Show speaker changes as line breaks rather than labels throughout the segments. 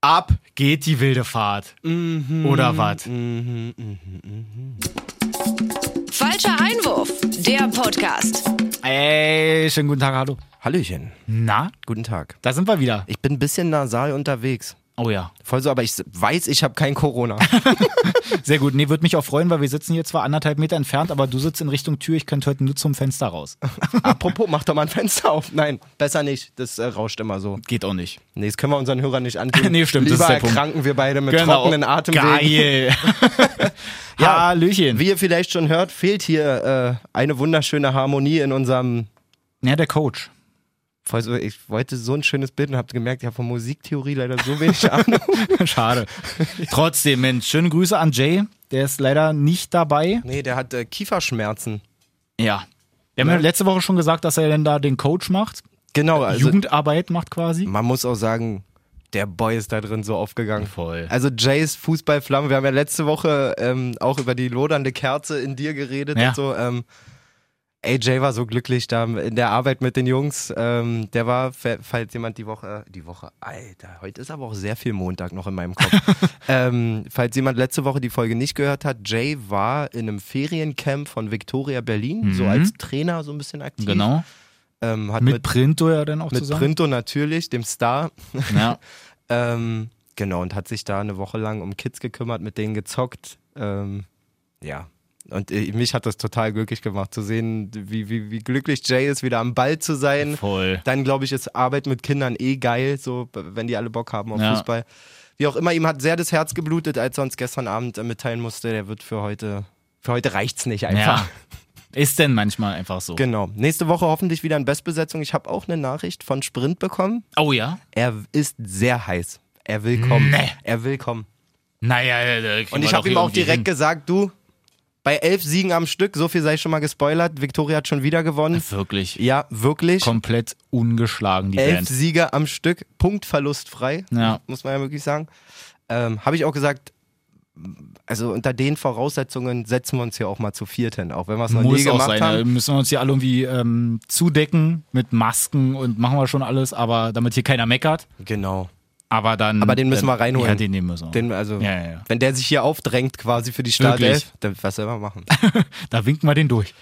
Ab geht die wilde Fahrt. Oder was?
Falscher Einwurf, der Podcast.
Ey, schönen guten Tag, hallo.
Hallöchen,
Na,
guten Tag.
da sind wir wieder.
Ich bin ein bisschen nasal unterwegs.
Oh ja,
Voll so, aber ich weiß, ich habe kein Corona.
sehr gut. Nee, würde mich auch freuen, weil wir sitzen hier zwar anderthalb Meter entfernt, aber du sitzt in Richtung Tür. Ich könnte heute nur zum Fenster raus.
Apropos, mach doch mal ein Fenster auf. Nein, besser nicht. Das äh, rauscht immer so.
Geht auch nicht.
Nee, das können wir unseren Hörern nicht antun.
Nee, stimmt, das
Lieber
ist der Punkt. Genau.
erkranken wir beide mit trockenen Atemwegen.
Geil.
Ja.
Hallöchen.
Wie ihr vielleicht schon hört, fehlt hier äh, eine wunderschöne Harmonie in unserem.
Ja, der Coach.
Voll so, Ich wollte so ein schönes Bild und habe gemerkt, ich habe von Musiktheorie leider so wenig Ahnung.
Schade. Trotzdem, Mensch, schöne Grüße an Jay. Der ist leider nicht dabei.
nee, der hat äh, Kieferschmerzen.
Ja. Ne? Wir haben ja letzte Woche schon gesagt, dass er denn da den Coach macht.
Genau, also
Jugendarbeit macht quasi.
man muss auch sagen, der Boy ist da drin so aufgegangen.
Voll.
Also Jays Fußballflamme, wir haben ja letzte Woche ähm, auch über die lodernde Kerze in dir geredet
Ja.
und so. Ähm, ey, Jay war so glücklich da in der Arbeit mit den Jungs. Ähm, der war, fa- falls jemand die Woche, die Woche, Alter, heute ist aber auch sehr viel Montag noch in meinem Kopf. ähm, falls jemand letzte Woche die Folge nicht gehört hat, Jay war in einem Feriencamp von Victoria Berlin, so
Mhm.
als Trainer so ein bisschen aktiv.
Genau.
Ähm, hat
Mit,
mit,
Printo ja dann auch
mit
zusammen.
Printo natürlich, dem Star,
Ja.
ähm, genau, und hat sich da eine Woche lang um Kids gekümmert, mit denen gezockt. Ähm, ja. Und äh, mich hat das total glücklich gemacht, zu sehen, wie, wie, wie glücklich Jay ist, wieder am Ball zu sein.
Voll.
Dann, glaube ich, ist Arbeit mit Kindern eh geil, so b- wenn die alle Bock haben auf
Ja.
Fußball. Wie auch immer, ihm hat sehr das Herz geblutet, als er uns gestern Abend äh, mitteilen musste, der wird für heute, für heute reicht's nicht einfach.
Ja. Ist denn manchmal einfach so.
Genau. Nächste Woche hoffentlich wieder in Bestbesetzung. Ich habe auch eine Nachricht von Sprint bekommen.
Oh ja?
Er ist sehr heiß. Er will kommen.
Nee.
Er will kommen.
Naja, äh, da kriegen
Und
wir
ich
doch
habe ihm auch
irgendwie
direkt
hin.
gesagt, du, bei elf Siegen am Stück, so viel sei schon mal gespoilert, Victoria hat schon wieder gewonnen.
Wirklich.
Ja, wirklich.
Komplett ungeschlagen, die
elf
Band.
Siege am Stück, punktverlustfrei,
Ja.
muss man ja wirklich sagen. Ähm, habe ich auch gesagt, also unter den Voraussetzungen setzen wir uns hier auch mal zu viert hin, auch wenn wir es noch nie
Muss auch
gemacht
sein. Da
haben.
müssen wir uns hier alle irgendwie ähm, zudecken mit Masken und machen wir schon alles, aber damit hier keiner meckert.
Genau.
Aber dann.
Aber den müssen
dann,
wir reinholen.
Ja, den nehmen wir so.
Den, also,
Ja, ja, ja.
Wenn der sich hier aufdrängt quasi für die Startelf,
Wirklich.
dann was soll man machen?
Da winken wir den durch.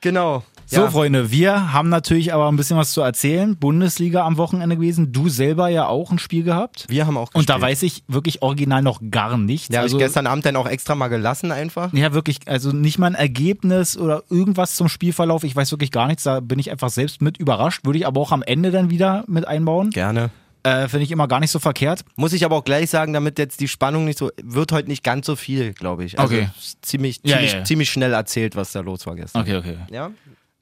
genau.
So,
ja.
Freunde, wir haben natürlich aber ein bisschen was zu erzählen. Bundesliga am Wochenende gewesen. Du selber ja auch ein Spiel gehabt.
Wir haben auch
Und da
gespielt.
weiß ich wirklich original noch gar nichts.
Ja, habe
also,
ich gestern Abend dann auch extra mal gelassen einfach.
ja, wirklich, also nicht mal ein Ergebnis oder irgendwas zum Spielverlauf. Ich weiß wirklich gar nichts. Da bin ich einfach selbst mit überrascht. Würde ich aber auch am Ende dann wieder mit einbauen.
Gerne.
Äh, Finde ich immer gar nicht so verkehrt.
Muss ich aber auch gleich sagen, damit jetzt die Spannung nicht so, wird heute nicht ganz so viel, glaube ich. Also
Okay.
ist ziemlich,
Ja,
ziemlich,
ja, ja.
ziemlich schnell erzählt, was da los war gestern.
Okay, okay.
Ja?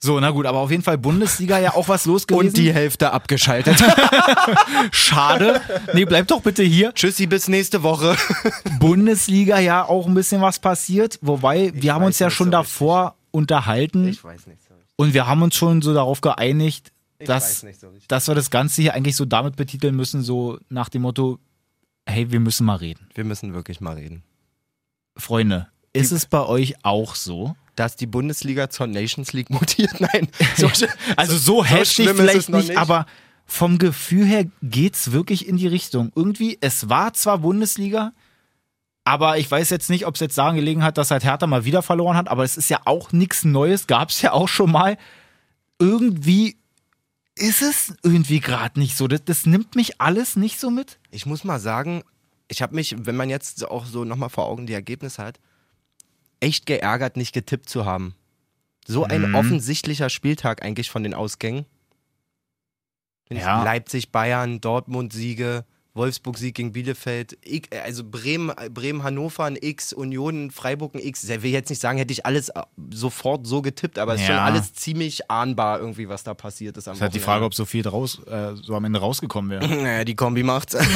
So, na gut, aber auf jeden Fall Bundesliga ja auch was los gewesen.
Und die Hälfte abgeschaltet.
Schade. Nee, bleib doch bitte hier.
Tschüssi, bis nächste Woche.
Bundesliga ja auch ein bisschen was passiert, wobei wir haben
weiß
uns ja
nicht
schon
so
davor unterhalten
weiß nicht so richtig.
und wir haben uns schon so darauf geeinigt, dass,
weiß nicht so richtig.
dass wir das Ganze hier eigentlich so damit betiteln müssen, so nach dem Motto, hey, wir müssen mal reden.
Wir müssen wirklich mal reden.
Freunde, ist es bei euch auch so?
Dass die Bundesliga zur Nations League mutiert? Nein. So,
Also so, heftig
schlimm ist es
vielleicht
noch
nicht,
nicht.
aber vom Gefühl her geht's wirklich in die Richtung. Irgendwie, es war zwar Bundesliga, aber ich weiß jetzt nicht, ob es jetzt daran gelegen hat, dass halt Hertha mal wieder verloren hat, aber es ist ja auch nichts Neues, gab's ja auch schon mal. Irgendwie ist es irgendwie gerade nicht so. Das, das nimmt mich alles nicht so mit.
ich muss mal sagen, ich habe mich, wenn man jetzt auch so nochmal vor Augen die Ergebnisse hat, echt geärgert, nicht getippt zu haben. So ein
Mhm.
offensichtlicher Spieltag eigentlich von den Ausgängen. Findest
Ja.
du? Leipzig, Bayern, Dortmund Siege, Wolfsburg Sieg gegen Bielefeld, ich, äh, also Bremen, äh, Bremen, Hannover ein X, Union, Freiburg ein X. Ich will jetzt nicht sagen, hätte ich alles äh, sofort so getippt, aber es ist schon
Ja.
alles ziemlich ahnbar irgendwie, was da passiert ist am Wochenende.
halt ob so viel draus, so am Ende rausgekommen wäre.
Naja, die Kombi macht's.
Und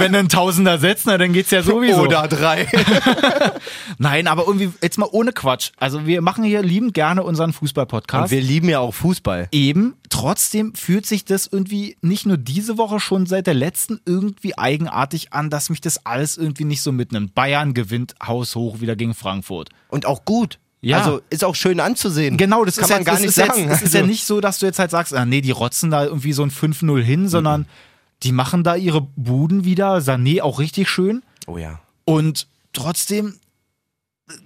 wenn du einen Tausender setzt, na, dann geht's ja sowieso.
Oder drei.
Nein, aber irgendwie jetzt mal ohne Quatsch. Also wir machen hier liebend gerne unseren
Und
Fußball-Podcast.
wir lieben ja auch Fußball.
Eben, trotzdem fühlt sich das irgendwie nicht nur diese Woche schon seit der letzten irgendwie eigenartig an, dass mich das alles irgendwie nicht so mitnimmt. Bayern gewinnt haushoch wieder gegen Frankfurt.
Und auch gut.
Ja.
Also ist auch schön anzusehen.
Genau, das
kann
ist
man
jetzt,
gar
das
nicht
ist
sagen.
Jetzt, das ist ja
Also,
nicht so, dass du jetzt halt sagst, ah, nee, die rotzen da irgendwie so ein 5-0 hin, sondern Die machen da ihre Buden wieder, Sané auch richtig schön.
Oh ja.
Und trotzdem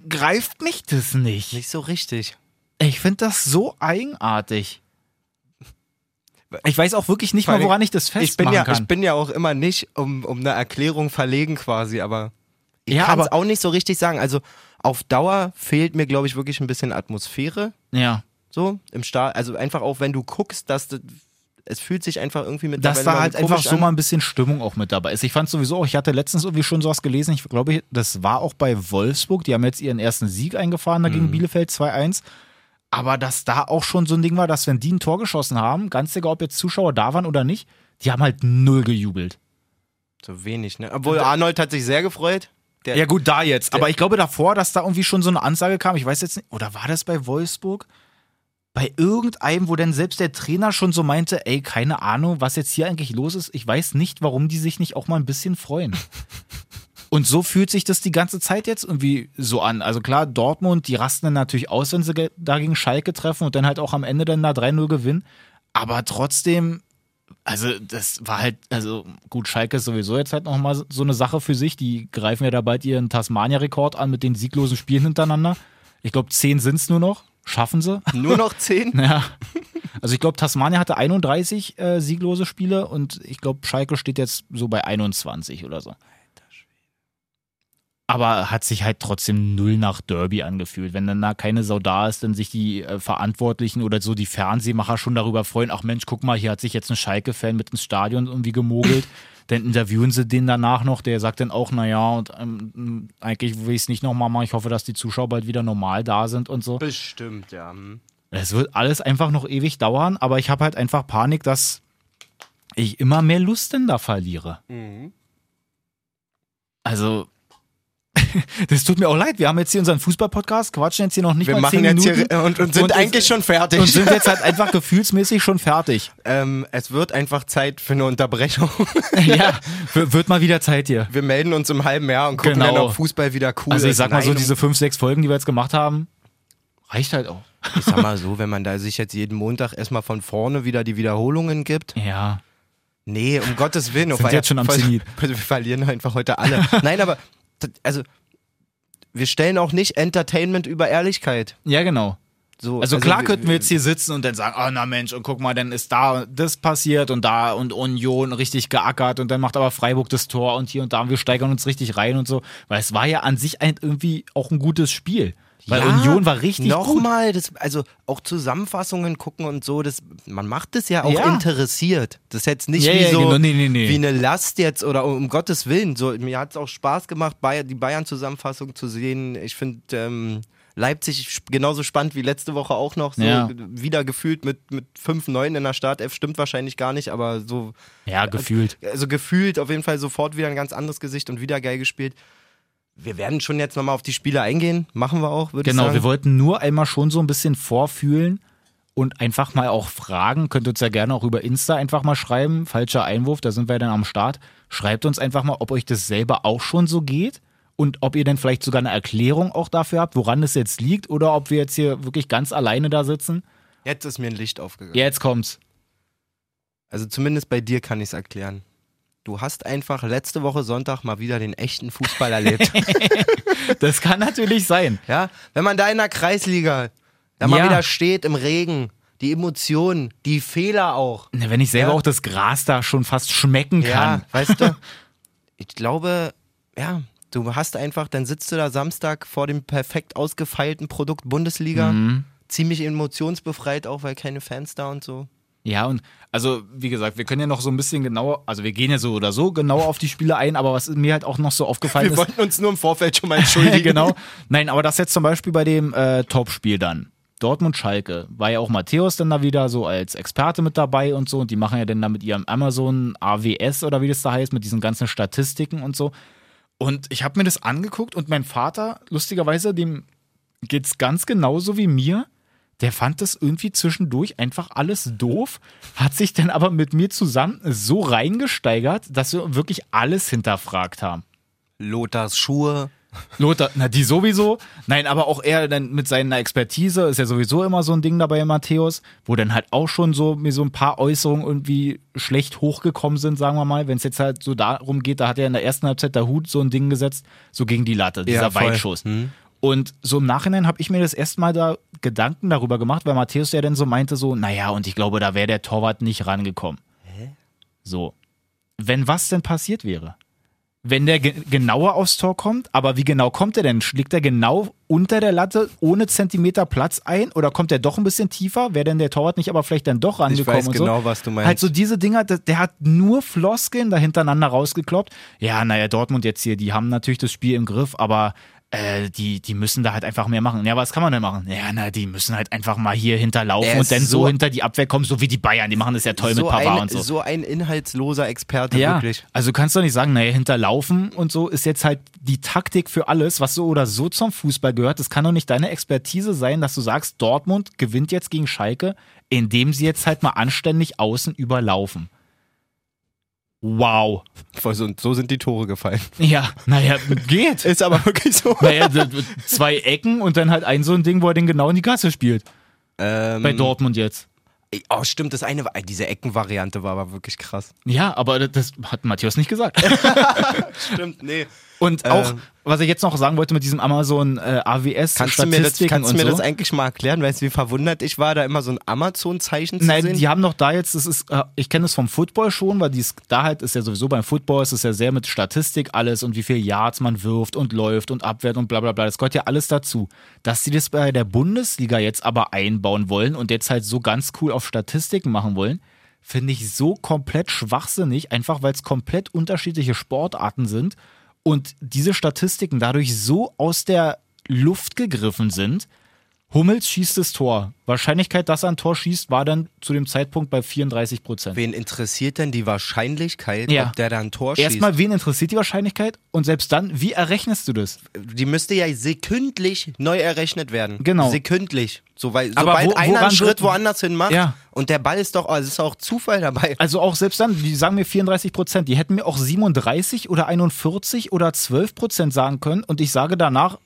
greift mich das nicht.
Nicht so richtig.
Ich finde das so eigenartig. Ich weiß auch wirklich nicht mal, woran ich das
Ich bin,
festmachen
ja,
kann.
ich bin ja auch immer nicht um, um eine Erklärung verlegen quasi, aber ich
Ja,
kann es
aber-
auch nicht so richtig sagen. Also auf Dauer fehlt mir, glaube ich, wirklich ein bisschen Atmosphäre.
ja.
So, im Stahl. Also einfach auch, wenn du guckst, dass du, es fühlt sich einfach irgendwie mit
dass da halt einfach so
an.
mal ein bisschen Stimmung auch mit dabei ist. Ich fand sowieso auch, ich hatte letztens irgendwie schon sowas gelesen, ich glaube, das war auch bei Wolfsburg, die haben jetzt ihren ersten Sieg eingefahren da
Mhm.
gegen Bielefeld 2-1. Aber dass da auch schon so ein Ding war, dass wenn die ein Tor geschossen haben, ganz egal, ob jetzt Zuschauer da waren oder nicht, die haben halt null gejubelt.
So wenig, ne? Obwohl Arnold hat sich sehr gefreut. Der,
Ja, gut, da jetzt. Aber ich glaube davor, dass da irgendwie schon so eine Ansage kam, ich weiß jetzt nicht, oder war das bei Wolfsburg? Bei irgendeinem, wo dann selbst der Trainer schon so meinte, ey, keine Ahnung, was jetzt hier eigentlich los ist. Ich weiß nicht, warum die sich nicht auch mal ein bisschen freuen. Und so fühlt sich das die ganze Zeit jetzt irgendwie so an. Also klar, Dortmund, die rasten dann natürlich aus, wenn sie ge- da gegen Schalke treffen und dann halt auch am Ende dann da 3-0 gewinnen. Aber trotzdem, also das war halt, also gut, Schalke ist sowieso jetzt halt nochmal so eine Sache für sich. Die greifen ja da bald ihren Tasmania-Rekord an mit den sieglosen Spielen hintereinander. Ich glaube, zehn sind es nur noch. Schaffen sie.
nur noch 10?
Ja. Also ich glaube, Tasmania hatte 31 äh, sieglose Spiele und ich glaube, Schalke steht jetzt so bei 21 oder so. Aber hat sich halt trotzdem null nach Derby angefühlt. Wenn dann da keine Sau da ist, dann sich die äh, Verantwortlichen oder so die Fernsehmacher schon darüber freuen, ach Mensch, guck mal, hier hat sich jetzt ein Schalke-Fan mit ins Stadion irgendwie gemogelt. dann interviewen sie den danach noch, der sagt dann auch, naja, und ähm, eigentlich will ich es nicht nochmal machen. Ich hoffe, dass die Zuschauer bald wieder normal da sind und so.
Bestimmt, ja. hm.
Es wird alles einfach noch ewig dauern, aber ich habe halt einfach Panik, dass ich immer mehr Lust denn da verliere.
Mhm.
Also, das tut mir auch leid. Wir haben jetzt hier unseren Fußball-Podcast, quatschen jetzt hier noch nicht
Wir
mal
machen
10
jetzt
Minuten
hier und, und sind
Und es-
eigentlich schon fertig.
und sind jetzt halt einfach gefühlsmäßig schon fertig.
ähm, es wird einfach Zeit für eine Unterbrechung.
ja, w- wird mal wieder Zeit hier.
Wir melden uns im halben Jahr und gucken
Genau.
dann, ob Fußball wieder cool
Also
ist.
ich sag mal so,
Nein,
diese fünf, sechs Folgen, die wir jetzt gemacht haben, reicht halt auch.
Ich sag mal so, wenn man da sich jetzt jeden Montag erstmal von vorne wieder die Wiederholungen gibt.
Ja.
Nee, um Gottes Willen.
Sind jetzt schon am Zenit.
Wir verlieren einfach heute alle. Nein, aber t- also wir stellen auch nicht Entertainment über Ehrlichkeit.
Ja, genau.
So,
Also, klar
wir-
könnten wir jetzt hier sitzen und dann sagen, oh na Mensch, und guck mal, dann ist da das passiert und da und Union richtig geackert und dann macht aber Freiburg das Tor und hier und da und wir steigern uns richtig rein und so. Weil es war ja an sich ein, irgendwie auch ein gutes Spiel. Weil
Ja,
Union war richtig gut.
Nochmal, das, also auch Zusammenfassungen gucken und so, das, man macht das ja auch
Ja.
interessiert. Das ist jetzt nicht
Ja,
wie
ja,
so
genau, nee, nee, nee.
wie eine Last jetzt oder um Gottes Willen. So, mir hat es auch Spaß gemacht, Bayer, die Bayern-Zusammenfassung zu sehen. Ich finde ähm, Leipzig sp- genauso spannend wie letzte Woche auch noch. So
Ja.
wieder gefühlt mit, mit 5-9 in der Startelf. Stimmt wahrscheinlich gar nicht, aber so
Ja, gefühlt.
also gefühlt auf jeden Fall sofort wieder ein ganz anderes Gesicht und wieder geil gespielt. Wir werden schon jetzt nochmal auf die Spiele eingehen. Machen wir auch, würde ich
Genau,
sagen.
wir wollten nur einmal schon so ein bisschen vorfühlen und einfach mal auch fragen. Könnt ihr uns ja gerne auch über Insta einfach mal schreiben. Falscher Einwurf, da sind wir dann am Start. Schreibt uns einfach mal, ob euch das selber auch schon so geht. Und ob ihr denn vielleicht sogar eine Erklärung auch dafür habt, woran es jetzt liegt, oder ob wir jetzt hier wirklich ganz alleine da sitzen.
Jetzt ist mir ein Licht aufgegangen.
Ja, jetzt kommt's.
Also zumindest bei dir kann ich es erklären. Du hast einfach letzte Woche Sonntag mal wieder den echten Fußball erlebt.
Das kann natürlich sein.
ja? Wenn man da in der Kreisliga da mal
Ja.
wieder steht im Regen, die Emotionen, die Fehler auch.
Na, Ne, Wenn ich selber
Ja.
auch das Gras da schon fast schmecken
Ja,
kann.
weißt du? Ich glaube, ja, du hast einfach, dann sitzt du da Samstag vor dem perfekt ausgefeilten Produkt Bundesliga.
Mhm.
Ziemlich emotionsbefreit auch, weil keine Fans da und so.
Ja, und also, wie gesagt, wir können ja noch so ein bisschen genauer, also wir gehen ja so oder so genau auf die Spiele ein, aber was mir halt auch noch so aufgefallen ist.
uns nur im Vorfeld schon mal
Ja, genau. Nein, aber das jetzt zum Beispiel bei dem äh, Topspiel dann. Dortmund-Schalke war ja auch Matthäus dann da wieder so als Experte mit dabei und so. Und die machen ja dann da mit ihrem Amazon AWS oder wie das da heißt, mit diesen ganzen Statistiken und so. Und ich habe mir das angeguckt und mein Vater, lustigerweise, dem geht's ganz genauso wie mir. Der fand das irgendwie zwischendurch einfach alles doof, hat sich dann aber mit mir zusammen so reingesteigert, dass wir wirklich alles hinterfragt haben.
Lothars Schuhe.
Lothar, na die sowieso. Nein, aber auch er dann mit seiner Expertise ist ja sowieso immer so ein Ding dabei, Matthäus, wo dann halt auch schon so mir so ein paar Äußerungen irgendwie schlecht hochgekommen sind, sagen wir mal. Wenn es jetzt halt so darum geht, da hat er in der ersten Halbzeit der Hut so ein Ding gesetzt, so gegen die Latte, dieser
Ja, voll. Mhm.
Weitschuss. Und so im Nachhinein habe ich mir das erste Mal da Gedanken darüber gemacht, weil Matthäus ja dann so meinte so, naja, und ich glaube, da wäre der Torwart nicht rangekommen. So. Wenn was denn passiert wäre? Wenn der ge genauer aufs Tor kommt, aber wie genau kommt er denn? Schlägt er genau unter der Latte ohne Zentimeter Platz ein oder kommt er doch ein bisschen tiefer? Wäre denn der Torwart nicht aber vielleicht dann doch rangekommen?
weiß
und
genau,
so?
was du meinst.
Halt so diese Dinger, der, der hat nur Floskeln da hintereinander rausgekloppt. Ja, naja, Dortmund jetzt hier, die haben natürlich das Spiel im Griff, aber äh, die, die müssen da halt einfach mehr machen. Ja, was kann man denn machen? Ja, na, die müssen halt einfach mal hier hinterlaufen
Er
und
ist
dann so
so-
hinter die Abwehr kommen, so wie die Bayern. Die machen das ja toll mit Pavard
ein,
und so.
so ein inhaltsloser Experte,
Ja,
wirklich.
also du kannst doch nicht sagen, naja, hinterlaufen und so ist jetzt halt die Taktik für alles, was so oder so zum Fußball gehört. Das kann doch nicht deine Expertise sein, dass du sagst, Dortmund gewinnt jetzt gegen Schalke, indem sie jetzt halt mal anständig außen überlaufen. Wow.
Voll so, so sind die Tore gefallen.
Ja, naja, geht.
Ist aber wirklich so.
naja, d- d- zwei Ecken und dann halt ein so ein Ding, wo er den genau in die Gasse spielt.
Ähm,
Bei Dortmund jetzt.
Ey, Oh, stimmt, das eine, war- ey, diese Eckenvariante war aber wirklich krass.
Ja, aber das hat Matthias nicht gesagt.
Stimmt, nee.
Und auch,
Ähm.
was ich jetzt noch sagen wollte mit diesem Amazon äh, AWS,
Kannst du mir, das,
Statistiken
kannst du
und
mir
so.
das eigentlich mal erklären? Weißt du, wie verwundert ich war, da immer so ein Amazon-Zeichen zu
Nein,
sehen?
die haben doch da jetzt, das ist, äh, ich kenne das vom Football schon, weil die ist- da halt ist ja sowieso beim Football, ist es ja sehr mit Statistik alles und wie viel Yards man wirft und läuft und abwehrt und bla bla bla. Das gehört ja alles dazu. Dass sie das bei der Bundesliga jetzt aber einbauen wollen und jetzt halt so ganz cool auf Statistiken machen wollen, finde ich so komplett schwachsinnig, einfach weil es komplett unterschiedliche Sportarten sind und diese Statistiken dadurch so aus der Luft gegriffen sind, Hummels schießt das Tor. Wahrscheinlichkeit, dass er ein Tor schießt, war dann zu dem Zeitpunkt bei 34 Prozent.
Wen interessiert denn die Wahrscheinlichkeit,
Ja.
ob der da ein Tor schießt?
Erstmal, wen interessiert die Wahrscheinlichkeit? Und selbst dann, wie errechnest du das?
Die müsste ja sekündlich neu errechnet werden.
Genau.
Sekündlich. So, weil,
Aber
sobald
wo-
einer
woran
einen Schritt
wird-
woanders hin macht
Ja.
und der Ball ist doch, oh, es ist auch Zufall dabei.
Also auch selbst dann, die sagen mir 34 Prozent, die hätten mir auch 37 oder 41 oder 12 Prozent sagen können. Und ich sage danach,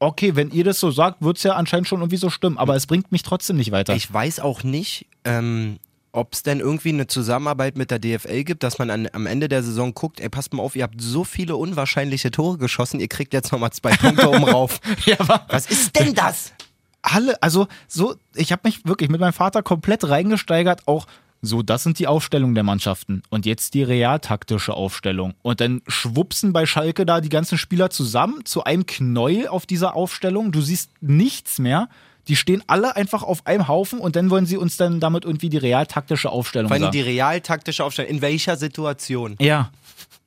okay, wenn ihr das so sagt, wird es ja anscheinend schon irgendwie so stimmen. Aber es bringt mich trotzdem nicht weiter.
Ich weiß auch nicht, ähm, ob es denn irgendwie eine Zusammenarbeit mit der DFL gibt, dass man an, am Ende der Saison guckt, ey, passt mal auf, ihr habt so viele unwahrscheinliche Tore geschossen, ihr kriegt jetzt nochmal zwei Punkte oben rauf.
ja, aber
Was ist denn das?
alle, also so, ich habe mich wirklich mit meinem Vater komplett reingesteigert, auch so, das sind die Aufstellungen der Mannschaften und jetzt die realtaktische Aufstellung. Und dann schwupsen bei Schalke da die ganzen Spieler zusammen zu einem Knäuel auf dieser Aufstellung. Du siehst nichts mehr. Die stehen alle einfach auf einem Haufen und dann wollen sie uns dann damit irgendwie die realtaktische Aufstellung
Vor allem
sagen.
die realtaktische Aufstellung. In welcher Situation?
ja.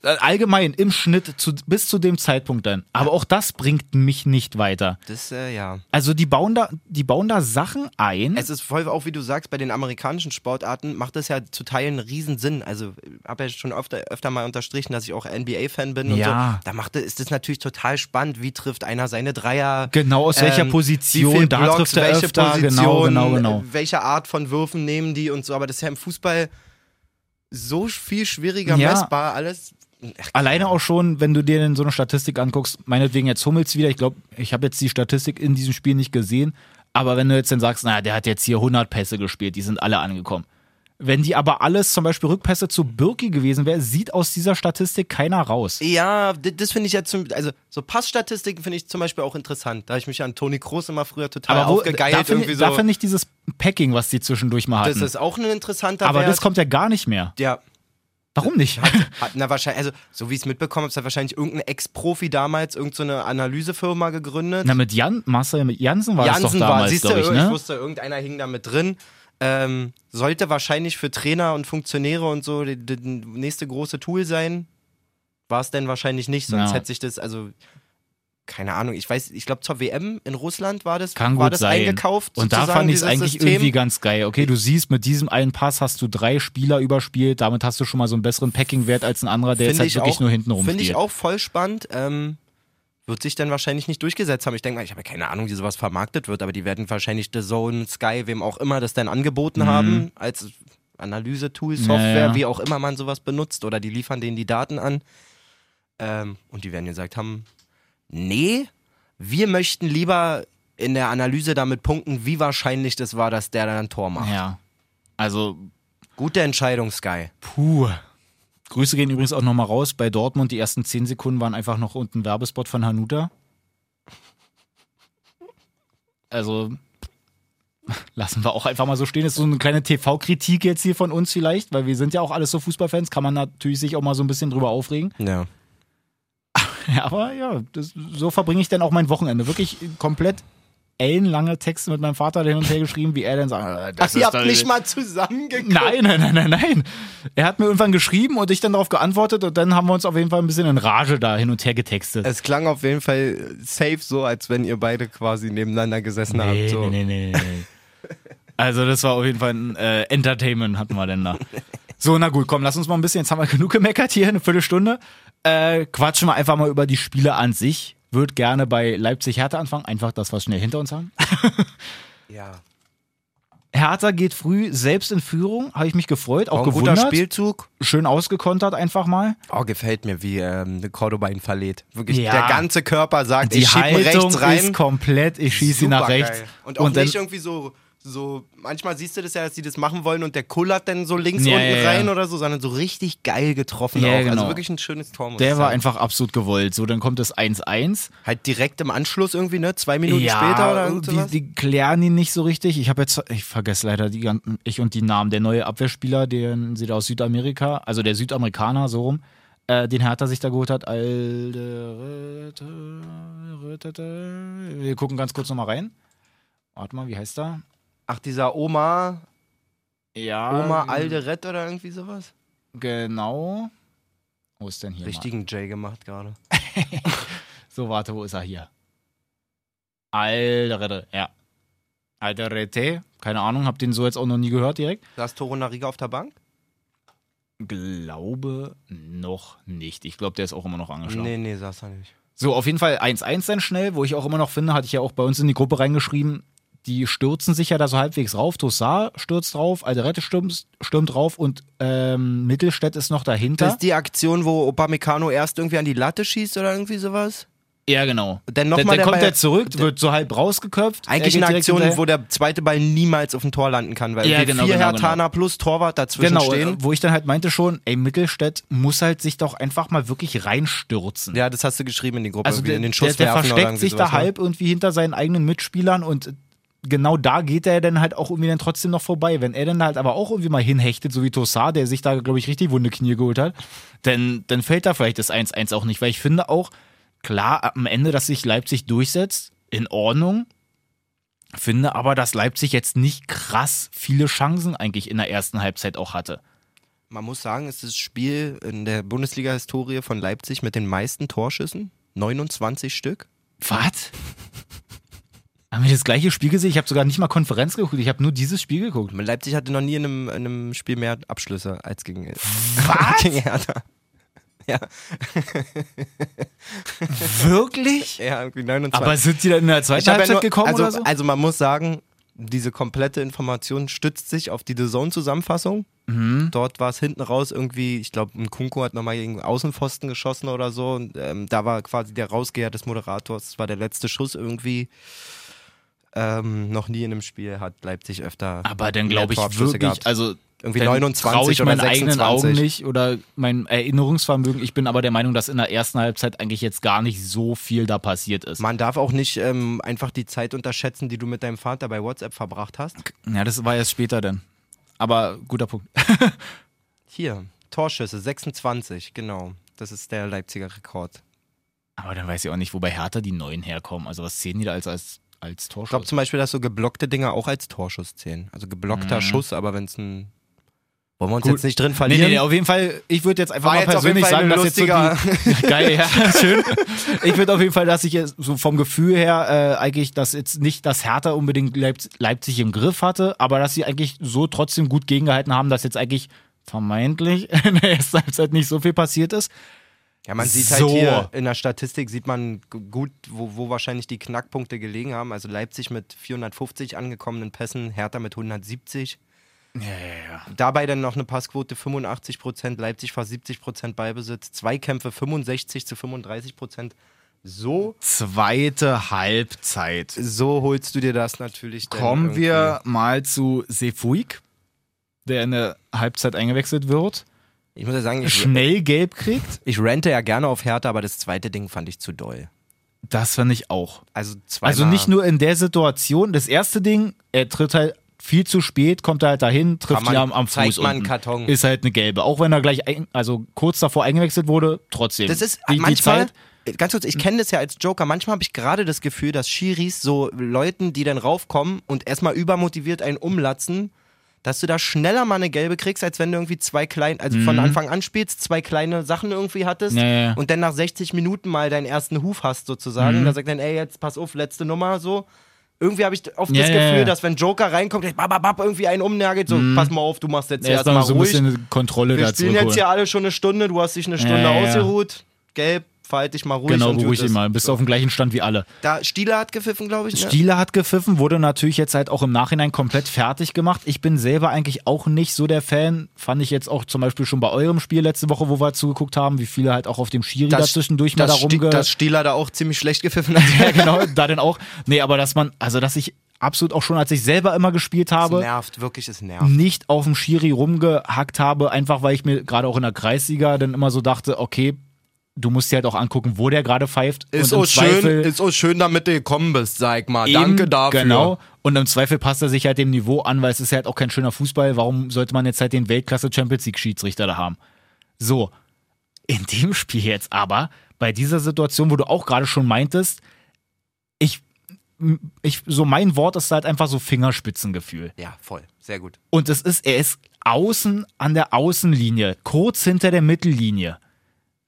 Allgemein im Schnitt zu, bis zu dem Zeitpunkt dann. Aber auch das bringt mich nicht weiter.
Das, äh, ja.
Also die bauen da, die bauen da Sachen ein.
Es ist voll, auch wie du sagst, bei den amerikanischen Sportarten macht das ja zu Teilen riesen Sinn. Also, habe ja schon öfter, öfter mal unterstrichen, dass ich auch NBA-Fan bin und
Ja.
so. Da macht, ist das natürlich total spannend, wie trifft einer seine Dreier. Ähm,
Genau, aus welcher Position,
wie viel
da
Blocks,
trifft er
welche
öfter, genau,
Position,
genau, genau.
äh, Welche Art von Würfen nehmen die und so. Aber das ist ja im Fußball so viel schwieriger
Ja.
messbar alles. Ach,
Alleine auch schon, wenn du dir denn so eine Statistik anguckst, meinetwegen jetzt Hummels wieder, ich glaube, ich habe jetzt die Statistik in diesem Spiel nicht gesehen, aber wenn du jetzt dann sagst, naja, der hat jetzt hier 100 Pässe gespielt, die sind alle angekommen. Wenn die aber alles, zum Beispiel Rückpässe zu Birki gewesen wäre, sieht aus dieser Statistik keiner raus.
Ja, d- das finde ich ja zum, also so Passstatistiken finde ich zum Beispiel auch interessant. Da habe ich mich an Toni Kroos immer früher total
Aber wo, ne-
aufgegeilt.
da finde
irgendwie
ich,
so.
da find ich dieses Packing, was die zwischendurch mal
Das
hatten.
ist auch ein interessanter
aber
Wert.
das kommt ja gar nicht mehr.
ja,
Warum nicht?
hat, na wahrscheinlich, also so wie ich es mitbekommen habe, hat wahrscheinlich irgendein Ex-Profi damals irgendeine so eine Analysefirma gegründet.
Na, mit Jan, Marcel mit Jansen war das doch
Jansen war,
damals,
siehst du,
glaube ich,
ich,
ne?
wusste, irgendeiner hing da mit drin. Ähm, sollte wahrscheinlich für Trainer und Funktionäre und so die- die- das nächste große Tool sein. War es denn wahrscheinlich nicht, sonst
Ja.
hätte sich das, also keine Ahnung, ich weiß, ich glaube zur WM in Russland war das,
Kann
war
gut
das
sein.
eingekauft.
Und da
sozusagen,
fand ich es
dieses
eigentlich
System.
irgendwie ganz geil. Okay, du siehst, mit diesem einen Pass hast du drei Spieler überspielt. Damit hast du schon mal so einen besseren Packing-Wert als ein anderer, der jetzt
Finde
halt
ich
wirklich
auch-
nur hinten rumspielt.
Finde ich auch voll spannend. Ähm, wird sich dann wahrscheinlich nicht durchgesetzt haben. Ich denke mal, ich habe ja keine Ahnung, wie sowas vermarktet wird, aber die werden wahrscheinlich The Zone, Sky, wem auch immer das dann angeboten haben, als Analyse-Tool, Software,
Mhm. Ja, ja.
wie auch immer man sowas benutzt. Oder die liefern denen die Daten an. Ähm, und die werden gesagt haben, nee, wir möchten lieber in der Analyse damit punkten, wie wahrscheinlich das war, dass der dann ein Tor macht.
Ja. Also,
Gute Entscheidung, Sky.
puh. Grüße gehen übrigens auch nochmal raus. Bei Dortmund, die ersten 10 Sekunden waren einfach noch unten Werbespot von Hanuta. Also, lassen wir auch einfach mal so stehen. Das ist so eine kleine TV-Kritik jetzt hier von uns vielleicht, weil wir sind ja auch alles so Fußballfans, kann man natürlich sich auch mal so ein bisschen drüber aufregen.
Ja.
Ja, aber ja, das, so verbringe ich dann auch mein Wochenende. Wirklich komplett ellenlange Texte mit meinem Vater hin und her geschrieben, wie er dann sagt, äh, das ist doch-
mal zusammengeguckt.
Nein, nein, nein, nein, nein. Er hat mir irgendwann geschrieben und ich dann darauf geantwortet und dann haben wir uns auf jeden Fall ein bisschen in Rage da hin und her getextet.
Es klang auf jeden Fall safe so, als wenn ihr beide quasi nebeneinander gesessen habt. So.
nee, nee, nee, nee. Also das war auf jeden Fall ein äh, Entertainment hatten wir denn da. So, na gut, komm, lass uns mal ein bisschen, jetzt haben wir genug gemeckert hier, eine Viertelstunde. Äh, quatschen wir einfach mal über die Spiele an sich. Würde gerne bei Leipzig-Hertha anfangen, einfach das, was schnell hinter uns haben.
Ja.
Hertha geht früh selbst in Führung, habe ich mich gefreut, auch
Auch ein guter
gewundert.
Spielzug.
Schön ausgekontert einfach mal.
Oh, gefällt mir, wie ähm, Cordoba ihn verlädt. Wirklich,
Ja.
der ganze Körper sagt,
Die
ich schieb ihn
Haltung
rechts rein.
ist komplett, ich schieße sie nach
Supergeil.
rechts.
Und auch
dann,
nicht irgendwie so, so, manchmal siehst du das ja, dass die das machen wollen und der kullert dann so links
Ja,
unten
ja, ja.
rein oder so, sondern so richtig geil getroffen
Ja,
auch.
genau.
Also wirklich ein schönes Tor. Muss ich
der war
sagen.
einfach absolut gewollt. So, dann kommt das 1-1.
halt direkt im Anschluss irgendwie, ne? Zwei Minuten später oder irgend
die,
sowas.
die klären ihn nicht so richtig. Ich habe jetzt, ich vergesse leider die ganzen, ich und die Namen. Der neue Abwehrspieler, den sie da aus Südamerika, also der Südamerikaner, so rum, äh, den Hertha sich da geholt hat. Alderete- Rötete- Wir gucken ganz kurz nochmal rein. Warte mal, wie heißt er?
Ach, dieser Oma,
Ja.
Oma Alderet oder irgendwie sowas?
Genau. Wo ist denn hier? mal?
Richtigen Jay gemacht gerade.
So, warte, wo ist er hier? Alderete, ja. Alderete, keine Ahnung, hab den so jetzt auch noch nie gehört direkt.
Saß Toro Nariga auf der Bank?
Glaube noch nicht. Ich glaube, der ist auch immer noch angeschlagen.
Nee, nee, saß er nicht.
So, auf jeden Fall 1-1 dann schnell, wo ich auch immer noch finde, hatte ich ja auch bei uns in die Gruppe reingeschrieben, die stürzen sich ja da so halbwegs rauf. Tossar stürzt drauf, Alderete stürmt, stürmt drauf und ähm, Mittelstädt ist noch
Das
dahinter.
ist die Aktion, wo Opamecano erst irgendwie an die Latte schießt oder irgendwie sowas?
ja, genau.
Dann noch
dann dann
mal der
kommt
Ball-
er zurück, wird so halb rausgeköpft.
Eigentlich
er geht
eine
direkt
Aktion,
hinterher.
wo der zweite Ball niemals auf dem Tor landen kann, weil
Ja,
die
genau,
vier
genau,
Hertaner plus Torwart dazwischen
Genau,
stehen.
äh, wo ich dann halt meinte schon, ey, Mittelstädt muss halt sich doch einfach mal wirklich reinstürzen.
Ja, das hast du geschrieben in die Gruppe,
also
wie
der,
in
der,
den Schuss
der
werfen oder
versteckt
irgendwie
sich da
sowas, ne?
halb irgendwie hinter seinen eigenen Mitspielern und genau da geht er dann halt auch irgendwie dann trotzdem noch vorbei. Wenn er dann halt aber auch irgendwie mal hinhechtet, so wie Tossar, der sich da, glaube ich, richtig wunde Knie geholt hat, dann, dann fällt da vielleicht das 1-1 auch nicht. Weil ich finde auch, klar, am Ende, dass sich Leipzig durchsetzt, in Ordnung. Finde aber, dass Leipzig jetzt nicht krass viele Chancen eigentlich in der ersten Halbzeit auch hatte.
Man muss sagen, es ist das Spiel in der Bundesliga-Historie von Leipzig mit den meisten Torschüssen. 29 Stück.
Was? Haben wir das gleiche Spiel gesehen? Ich habe sogar nicht mal Konferenz geguckt, ich habe nur dieses Spiel geguckt.
Leipzig hatte noch nie in einem, in einem Spiel mehr Abschlüsse als gegen, gegen Hertha.
Wirklich?
Ja, irgendwie 29.
Aber sind die dann in der zweiten
hab ja
Halbzeit
nur-
gekommen
also,
oder so?
Also man muss sagen, diese komplette Information stützt sich auf die The Zone-Zusammenfassung.
Mhm.
Dort war es hinten raus irgendwie, ich glaube, ein Kunko hat nochmal gegen Außenpfosten geschossen oder so. Und, ähm, da war quasi der Rausgeher des Moderators. Das war der letzte Schuss irgendwie. Ähm, noch nie in einem Spiel hat Leipzig öfter.
Aber dann
mehr
glaube ich
Torabschlüsse
wirklich,
gehabt.
also
Irgendwie
dann
29
traue ich
oder
meinen eigenen
26.
Augen nicht oder mein Erinnerungsvermögen. Ich bin aber der Meinung, dass in der ersten Halbzeit eigentlich jetzt gar nicht so viel da passiert ist.
Man darf auch nicht ähm, einfach die Zeit unterschätzen, die du mit deinem Vater bei WhatsApp verbracht hast.
Ja, das war erst später dann. Aber guter Punkt.
Hier, Torschüsse 26, genau. Das ist der Leipziger Rekord.
Aber dann weiß ich auch nicht, wobei Hertha die Neuen herkommen. Also was zählen die da als, als, als
Ich glaube
Torschuss?
zum Beispiel, dass so geblockte Dinger auch als Torschuss zählen. Also geblockter Schuss, aber wenn es ein. Wollen wir uns
Gut.
jetzt nicht drin
Nee,
verlieren?
nee, nee, auf jeden Fall, ich würde jetzt einfach
War
mal
jetzt auf
persönlich
jeden Fall
sagen,
ein
dass jetzt so die, geil, ja, schön. Ich würde auf jeden Fall, dass ich jetzt so vom Gefühl her äh, eigentlich, dass jetzt nicht das Hertha unbedingt Leipz Leipzig im Griff hatte, aber dass sie eigentlich so trotzdem gut gegengehalten haben, dass jetzt eigentlich vermeintlich in der ersten Halbzeit nicht so viel passiert ist.
Ja, man sieht halt
So.
hier in der Statistik, sieht man g- gut, wo, wo wahrscheinlich die Knackpunkte gelegen haben. Also Leipzig mit 450 angekommenen Pässen, Hertha mit 170. Dabei dann noch eine Passquote 85 Prozent, Leipzig fast 70 Prozent Ballbesitz, Zweikämpfe 65 zu 35 Prozent. So,
Zweite Halbzeit.
so holst du dir das natürlich. dann
Kommen
irgendwie-
wir mal zu Sefuik, der in der Halbzeit eingewechselt wird,
Ich muss ja sagen, ich,
schnell gelb kriegt.
ich rente ja gerne auf Hertha, aber das zweite Ding fand ich zu doll.
Das fand ich auch.
Also zweimal.
Also nicht nur in der Situation. Das erste Ding, er tritt halt viel zu spät, kommt er halt dahin, trifft
Kann man-
ja am, am Fuß
zeigt man
unten.
Karton.
Ist halt eine gelbe. Auch wenn er gleich, ein, also kurz davor eingewechselt wurde, trotzdem.
Das ist
die, die
manchmal. äh,
Zeit, Hm.
Ganz kurz, ich kenne das ja als Joker. Manchmal habe ich gerade das Gefühl, dass Schiris so Leuten, die dann raufkommen und erstmal übermotiviert einen umlatzen, dass du da schneller mal eine gelbe kriegst, als wenn du irgendwie zwei kleine, also von Anfang an spielst, zwei kleine Sachen irgendwie hattest
Mhm. Ja, ja, Mhm. ja.
und dann nach 60 Minuten mal deinen ersten Huf hast sozusagen. Da sagt dann, ey, jetzt pass auf, letzte Nummer so. Irgendwie habe ich oft
Ja,
das
ja,
Gefühl,
ja. Mhm.
dass wenn Joker reinkommt, gleich bab, bab, bab, irgendwie einen umnagelt, so, pass mal auf, du machst jetzt
erst
erstmal
mal so ein
ruhig.
bisschen Kontrolle
Wir
dazu.
spielen jetzt hier alle schon eine Stunde, du hast dich eine Stunde
Ja, ja, ja.
ausgeruht. Gelb, verhalte dich mal ruhig.
Genau,
und gut
beruhig dich
ist.
mal. Bist auf dem gleichen Stand wie alle.
Da, Stieler hat gepfiffen, glaube ich. Ne?
Stieler hat gepfiffen, wurde natürlich jetzt halt auch im Nachhinein komplett fertig gemacht. Ich bin selber eigentlich auch nicht so der Fan. Fand ich jetzt auch zum Beispiel schon bei eurem Spiel letzte Woche, wo wir zugeguckt haben, wie viele halt auch auf dem Schiri da zwischendurch mal da
das Sti-
rumge...
dass Stieler da auch ziemlich schlecht gepfiffen hat.
ja, genau, da denn auch. Nee, aber dass man, also dass ich absolut auch schon, als ich selber immer gespielt
Es
habe,
nervt, wirklich, es nervt.
nicht auf dem Schiri rumgehackt habe, einfach weil ich mir gerade auch in der Kreisliga dann immer so dachte, okay, du musst dir halt auch angucken, wo der gerade pfeift. und im Zweifel,
auch schön, damit du gekommen bist, sag mal.
Eben, Genau. Und im Zweifel passt er sich halt dem Niveau an, weil es ist ja halt auch kein schöner Fußball. Warum sollte man jetzt halt den Weltklasse Champions League Schiedsrichter da haben? So. In dem Spiel jetzt aber, bei dieser Situation, wo du auch gerade schon meintest, ich, ich, so mein Wort ist halt einfach so Fingerspitzengefühl.
Ja, voll. Sehr gut.
Und es ist, er ist außen an der Außenlinie, kurz hinter der Mittellinie.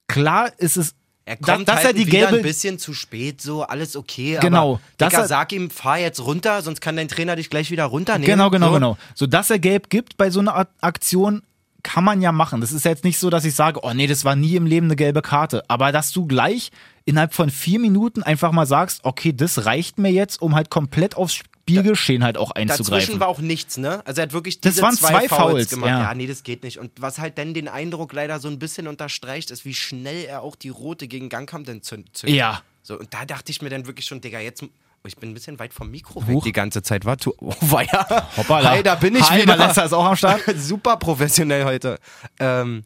Klar ist es,
Er
Da-
kommt
dass
halt
er die
wieder ein
gelbe-
bisschen zu spät, so alles okay.
Genau,
Aber,
dass
Digga,
er-
sag ihm, fahr jetzt runter, sonst kann dein Trainer dich gleich wieder runternehmen.
Genau, genau,
so.
genau. So, dass er gelb gibt bei so einer A- Aktion, kann man ja machen. Das ist jetzt nicht so, dass ich sage, oh nee, das war nie im Leben eine gelbe Karte. Aber dass du gleich innerhalb von vier Minuten einfach mal sagst, okay, das reicht mir jetzt, um halt komplett aufs Spielgeschehen halt auch
Dazwischen
einzugreifen.
war auch nichts, ne? Also er hat wirklich
Das
diese
waren
zwei,
zwei
Fouls,
Fouls,
gemacht. Ja.
ja.
nee, das geht nicht. Und was halt dann den Eindruck leider so ein bisschen unterstreicht, ist, wie schnell er auch die rote gegen Gangkamp dann zünd- zündet.
Ja.
So, und da dachte ich mir dann wirklich schon, Digga, jetzt. oh, Ich bin ein bisschen weit vom Mikro weg
Huch.
die ganze Zeit. War tu, oh, weia.
Hoppala.
Hi, da bin ich
Hi,
wieder.
Malessa ist auch am Start.
Super professionell heute. Ähm,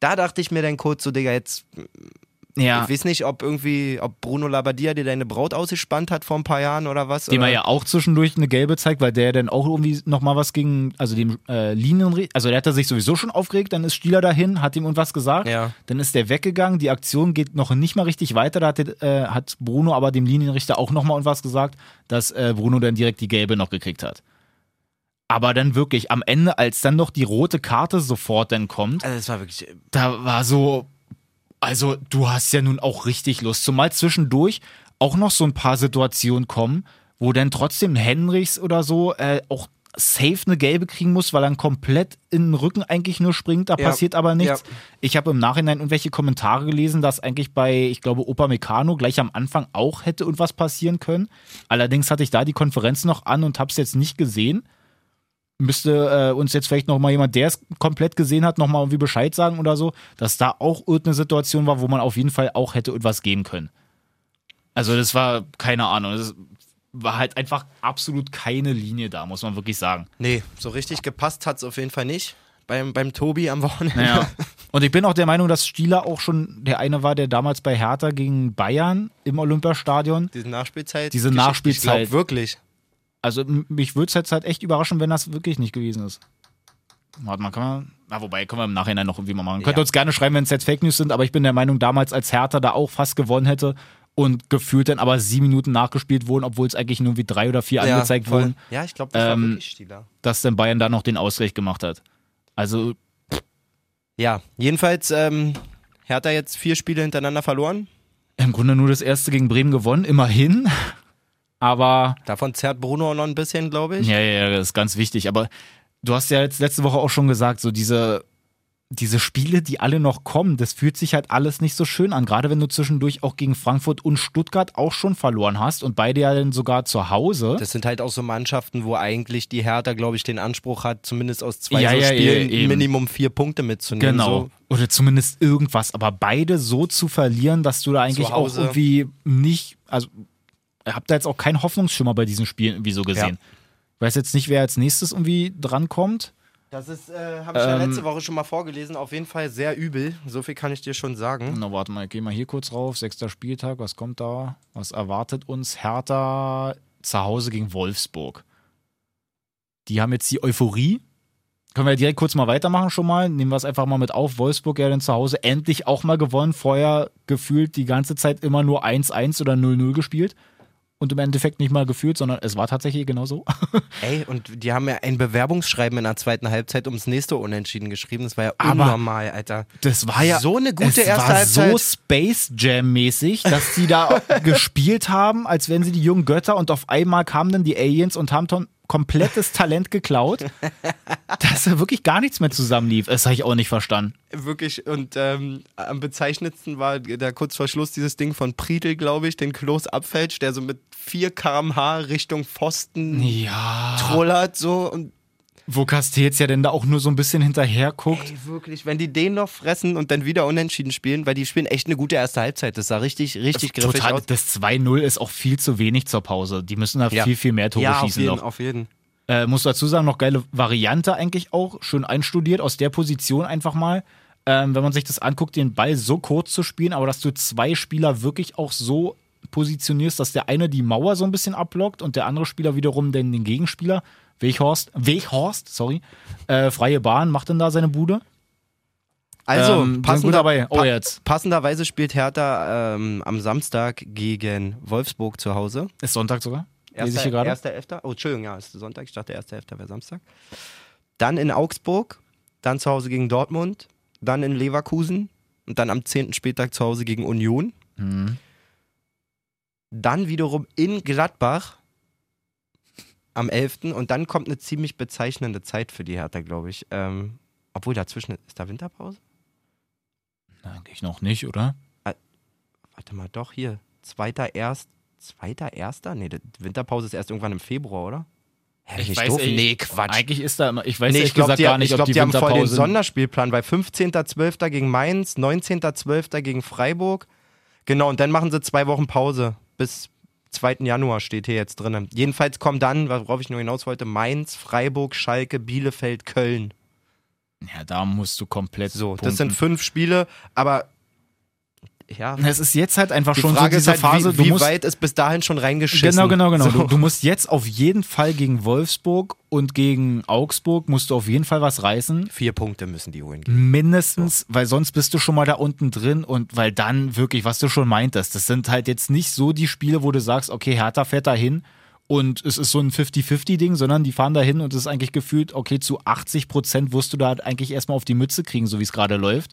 da dachte ich mir dann kurz so, Digga, jetzt
Ja,
ich weiß nicht, ob irgendwie, ob Bruno Labbadia dir deine Braut ausgespannt hat vor ein paar Jahren oder was.
dem
oder?
er ja auch zwischendurch eine gelbe zeigt, weil der dann auch irgendwie nochmal was gegen, also dem äh, Linien, also der hat er sich sowieso schon aufgeregt, dann ist Stieler dahin, hat ihm irgendwas gesagt,
Ja.
dann ist der weggegangen, die Aktion geht noch nicht mal richtig weiter, da hat, der, äh, hat Bruno aber dem Linienrichter auch nochmal irgendwas gesagt, dass äh, Bruno dann direkt die gelbe noch gekriegt hat. Aber dann wirklich am Ende, als dann noch die rote Karte sofort dann kommt,
Also, das war wirklich. äh,
da war so, also du hast ja nun auch richtig Lust, zumal zwischendurch auch noch so ein paar Situationen kommen, wo dann trotzdem Henrichs oder so äh, auch safe eine gelbe kriegen muss, weil er dann komplett in den Rücken eigentlich nur springt, da
Ja,
passiert aber nichts.
ja.
Ich habe im Nachhinein irgendwelche Kommentare gelesen, dass eigentlich bei, ich glaube, Opa Meccano gleich am Anfang auch hätte und was passieren können. Allerdings hatte ich da die Konferenz noch an und habe es jetzt nicht gesehen müsste äh, uns jetzt vielleicht noch mal jemand, der es komplett gesehen hat, noch mal irgendwie Bescheid sagen oder so, dass da auch irgendeine Situation war, wo man auf jeden Fall auch hätte etwas geben können. Also das war keine Ahnung, das war halt einfach absolut keine Linie da, muss man wirklich sagen.
Nee, so richtig gepasst hat es auf jeden Fall nicht. Beim, beim Tobi am Wochenende.
Und ich bin auch der Meinung, dass Stieler auch schon der eine war, der damals bei Hertha gegen Bayern im Olympiastadion.
Diese Nachspielzeit.
Diese
Geschichte,
Nachspielzeit.
Ich glaub, wirklich.
Also m- mich würde es jetzt halt echt überraschen, wenn das wirklich nicht gewesen ist. Warte mal, kann man. Na, wobei, können wir im Nachhinein noch irgendwie mal machen. Könnt ihr uns gerne schreiben, wenn es jetzt Fake News sind, aber ich bin der Meinung, damals, als Hertha da auch fast gewonnen hätte und gefühlt dann aber sieben Minuten nachgespielt wurden, obwohl es eigentlich nur wie drei oder vier angezeigt
ja, voll.
wurden,
Ja, ich glaube, das war
Ähm,
wirklich Stieler.
dass dann Bayern da noch den Ausgleich gemacht hat. Also,
Ja, jedenfalls, ähm, Hertha jetzt vier Spiele hintereinander verloren.
im Grunde nur das erste gegen Bremen gewonnen, immerhin. Aber
Davon zerrt Bruno noch ein bisschen, glaube ich.
Ja, ja, ja, das ist ganz wichtig. Aber du hast ja jetzt letzte Woche auch schon gesagt, so diese diese Spiele, die alle noch kommen, das fühlt sich halt alles nicht so schön an. Gerade wenn du zwischendurch auch gegen Frankfurt und Stuttgart auch schon verloren hast und beide ja dann sogar zu Hause.
Das sind halt auch so Mannschaften, wo eigentlich die Hertha, glaube ich, den Anspruch hat, zumindest aus zwei
Ja,
so
ja,
Spielen
ja, eben. Genau.
Minimum vier Punkte mitzunehmen. So.
Oder zumindest irgendwas. Aber beide so zu verlieren, dass du da eigentlich
Zu
auch
Hause.
irgendwie nicht. Also, ihr habt da jetzt auch keinen Hoffnungsschimmer bei diesen Spielen irgendwie so gesehen. Ich weiß jetzt nicht, wer als nächstes irgendwie drankommt.
Das ist, äh, habe ich
Ähm,
ja letzte Woche schon mal vorgelesen, auf jeden Fall sehr übel. So viel kann ich dir schon sagen.
Na, warte mal, ich geh mal hier kurz rauf. Sechster Spieltag, was kommt da? Was erwartet uns? Hertha zu Hause gegen Wolfsburg. Die haben jetzt die Euphorie. Können wir direkt kurz mal weitermachen schon mal. Nehmen wir es einfach mal mit auf. Wolfsburg ja dann zu Hause endlich auch mal gewonnen. Vorher gefühlt die ganze Zeit immer nur 1-1 oder 0-0 gespielt. Und im Endeffekt nicht mal gefühlt, sondern es war tatsächlich genau so.
Ey, und die haben ja ein Bewerbungsschreiben in der zweiten Halbzeit ums nächste Unentschieden geschrieben. Das war ja
Aber-
unnormal, Alter.
Das war ja
So eine gute
es
erste
war
Halbzeit.
so Space Jam mäßig, dass die da gespielt haben, als wären sie die jungen Götter und auf einmal kamen dann die Aliens und haben ton- komplettes Talent geklaut, dass da wirklich gar nichts mehr zusammenlief. Das habe ich auch nicht verstanden.
Wirklich, und ähm, am bezeichnendsten war da kurz vor Schluss dieses Ding von Prietl, glaube ich, den Klos abfälscht, der so mit 4 km/h Richtung Pfosten
Ja.
trollert so und
Wo Castells ja denn da auch nur so ein bisschen hinterher guckt.
Ey, wirklich, wenn die den noch fressen und dann wieder unentschieden spielen, weil die spielen echt eine gute erste Halbzeit. Das sah richtig, richtig griffig
Total,
aus.
das 2-0 ist auch viel zu wenig zur Pause. Die müssen da
Ja.
viel, viel mehr Tore
ja, auf
schießen
jeden,
noch.
auf jeden.
Äh, muss dazu sagen, noch geile Variante eigentlich auch. Schön einstudiert, aus der Position einfach mal. Ähm, wenn man sich das anguckt, den Ball so kurz zu spielen, aber dass du zwei Spieler wirklich auch so positionierst, dass der eine die Mauer so ein bisschen abblockt und der andere Spieler wiederum den, den Gegenspieler, Weghorst, Weghorst, sorry, äh, freie Bahn, macht dann da seine Bude.
Also,
Ähm, die sind
passender,
gut dabei. Oh,
pa-
jetzt.
passenderweise spielt Hertha ähm, am Samstag gegen Wolfsburg zu Hause.
Ist Sonntag sogar. Lese ich hier gerade.
1.11. Oh, Entschuldigung, ja, ist Sonntag. Ich dachte, 1.11. wäre Samstag. Dann in Augsburg, dann zu Hause gegen Dortmund, dann in Leverkusen und dann am 10. Spieltag zu Hause gegen Union.
Hm.
Dann wiederum in Gladbach am 11. Und dann kommt eine ziemlich bezeichnende Zeit für die Hertha, glaube ich. Ähm, obwohl dazwischen ist da Winterpause?
Na, geh ich noch nicht, oder?
Warte mal, doch hier. Zweiter erst. Zweiter erster? Nee, die Winterpause ist erst irgendwann im Februar, oder? Hä, bin doof?
ey,
nee, Quatsch.
Oh, Eigentlich ist da immer, ich weiß
Nee,
ehrlich
ich glaube,
gesagt
die,
gar nicht,
ich glaub,
ob die,
die haben voll den
Winterpause
Sonderspielplan, weil 15.12. gegen Mainz, 19.12. gegen Freiburg. Genau, und dann machen sie zwei Wochen Pause. Bis 2. Januar steht hier jetzt drin. Jedenfalls kommen dann, worauf ich nur hinaus wollte, Mainz, Freiburg, Schalke, Bielefeld, Köln.
Ja, da musst du komplett
So,
pumpen.
das sind fünf Spiele, aber ja,
Es ist jetzt halt einfach
die
schon
Frage
so
ist
diese
halt,
Phase,
wie,
du
wie
musst
weit ist bis dahin schon reingeschissen.
genau, genau, genau.
So.
Du, du musst jetzt auf jeden Fall gegen Wolfsburg und gegen Augsburg musst du auf jeden Fall was reißen.
Vier Punkte müssen die holen.
Mindestens, weil sonst bist du schon mal da unten drin und weil dann wirklich, was du schon meintest, das sind halt jetzt nicht so die Spiele, wo du sagst, okay, Hertha fährt da hin und es ist so ein 50-50-Ding, sondern die fahren da hin und es ist eigentlich gefühlt, okay, zu 80 Prozent wirst du da halt eigentlich erstmal auf die Mütze kriegen, so wie es gerade läuft.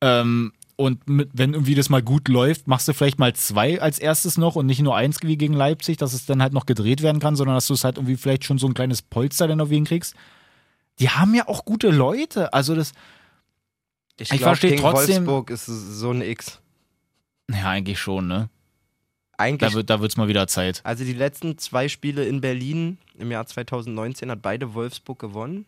Ähm, und mit, wenn irgendwie das mal gut läuft, machst du vielleicht mal zwei als erstes noch und nicht nur eins wie gegen Leipzig, dass es dann halt noch gedreht werden kann, sondern dass du es halt irgendwie vielleicht schon so ein kleines Polster dann auf jeden kriegst. Die haben ja auch gute Leute. Also das, Ich
glaub,
versteh
gegen
trotzdem-
Wolfsburg ist es so ein X.
ja, eigentlich schon, ne?
Eigentlich
Da wird da wird's mal wieder Zeit.
Also die letzten zwei Spiele in Berlin im Jahr 2019 hat beide Wolfsburg gewonnen.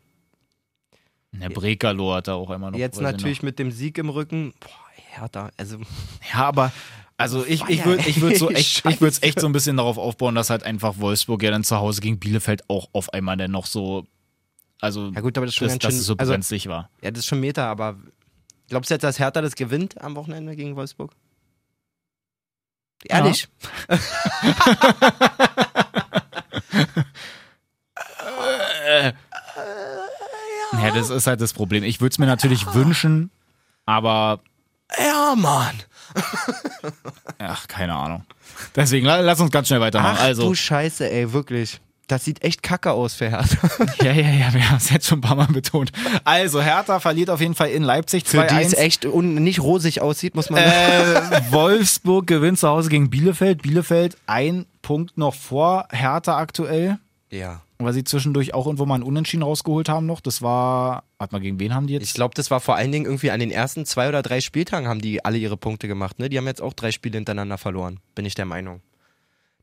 Der Brekalo hat da auch einmal noch.
Jetzt
weiß ich
natürlich mit dem Sieg im Rücken. Boah, Hertha. Also
noch. Ja, aber also ich, ich
Feier,
würde ich würd so
ey,
echt, ich würd's echt so ein bisschen darauf aufbauen, dass halt einfach Wolfsburg ja dann zu Hause gegen Bielefeld auch auf einmal dann noch so, also
ja gut, aber das ist schon
dass,
ganz
dass es
schön.
so
also, ja,
brenzlig war.
das ist schon Meter, aber glaubst du jetzt, dass Hertha das gewinnt am Wochenende gegen Wolfsburg? Ehrlich?
Ja, das ist halt das Problem. Ich würde es mir
Ah.
natürlich wünschen, aber
Ja, Mann.
ach, keine Ahnung. Deswegen la- lass uns ganz schnell weitermachen.
Ach
also,
du Scheiße, ey, wirklich. Das sieht echt kacke aus für Hertha.
ja, ja, ja, wir haben es jetzt schon ein paar Mal betont. Also, Hertha verliert auf jeden Fall in Leipzig
Für die es
2-1.
echt un nicht rosig aussieht, muss man sagen.
Äh, Wolfsburg gewinnt zu Hause gegen Bielefeld. Bielefeld ein Punkt noch vor Hertha aktuell.
Ja.
Weil sie zwischendurch auch irgendwo mal einen Unentschieden rausgeholt haben noch. Das war, warte mal, gegen wen haben die jetzt?
Ich glaube, das war vor allen Dingen irgendwie an den ersten zwei oder drei Spieltagen haben die alle ihre Punkte gemacht. Ne? Die haben jetzt auch drei Spiele hintereinander verloren, bin ich der Meinung.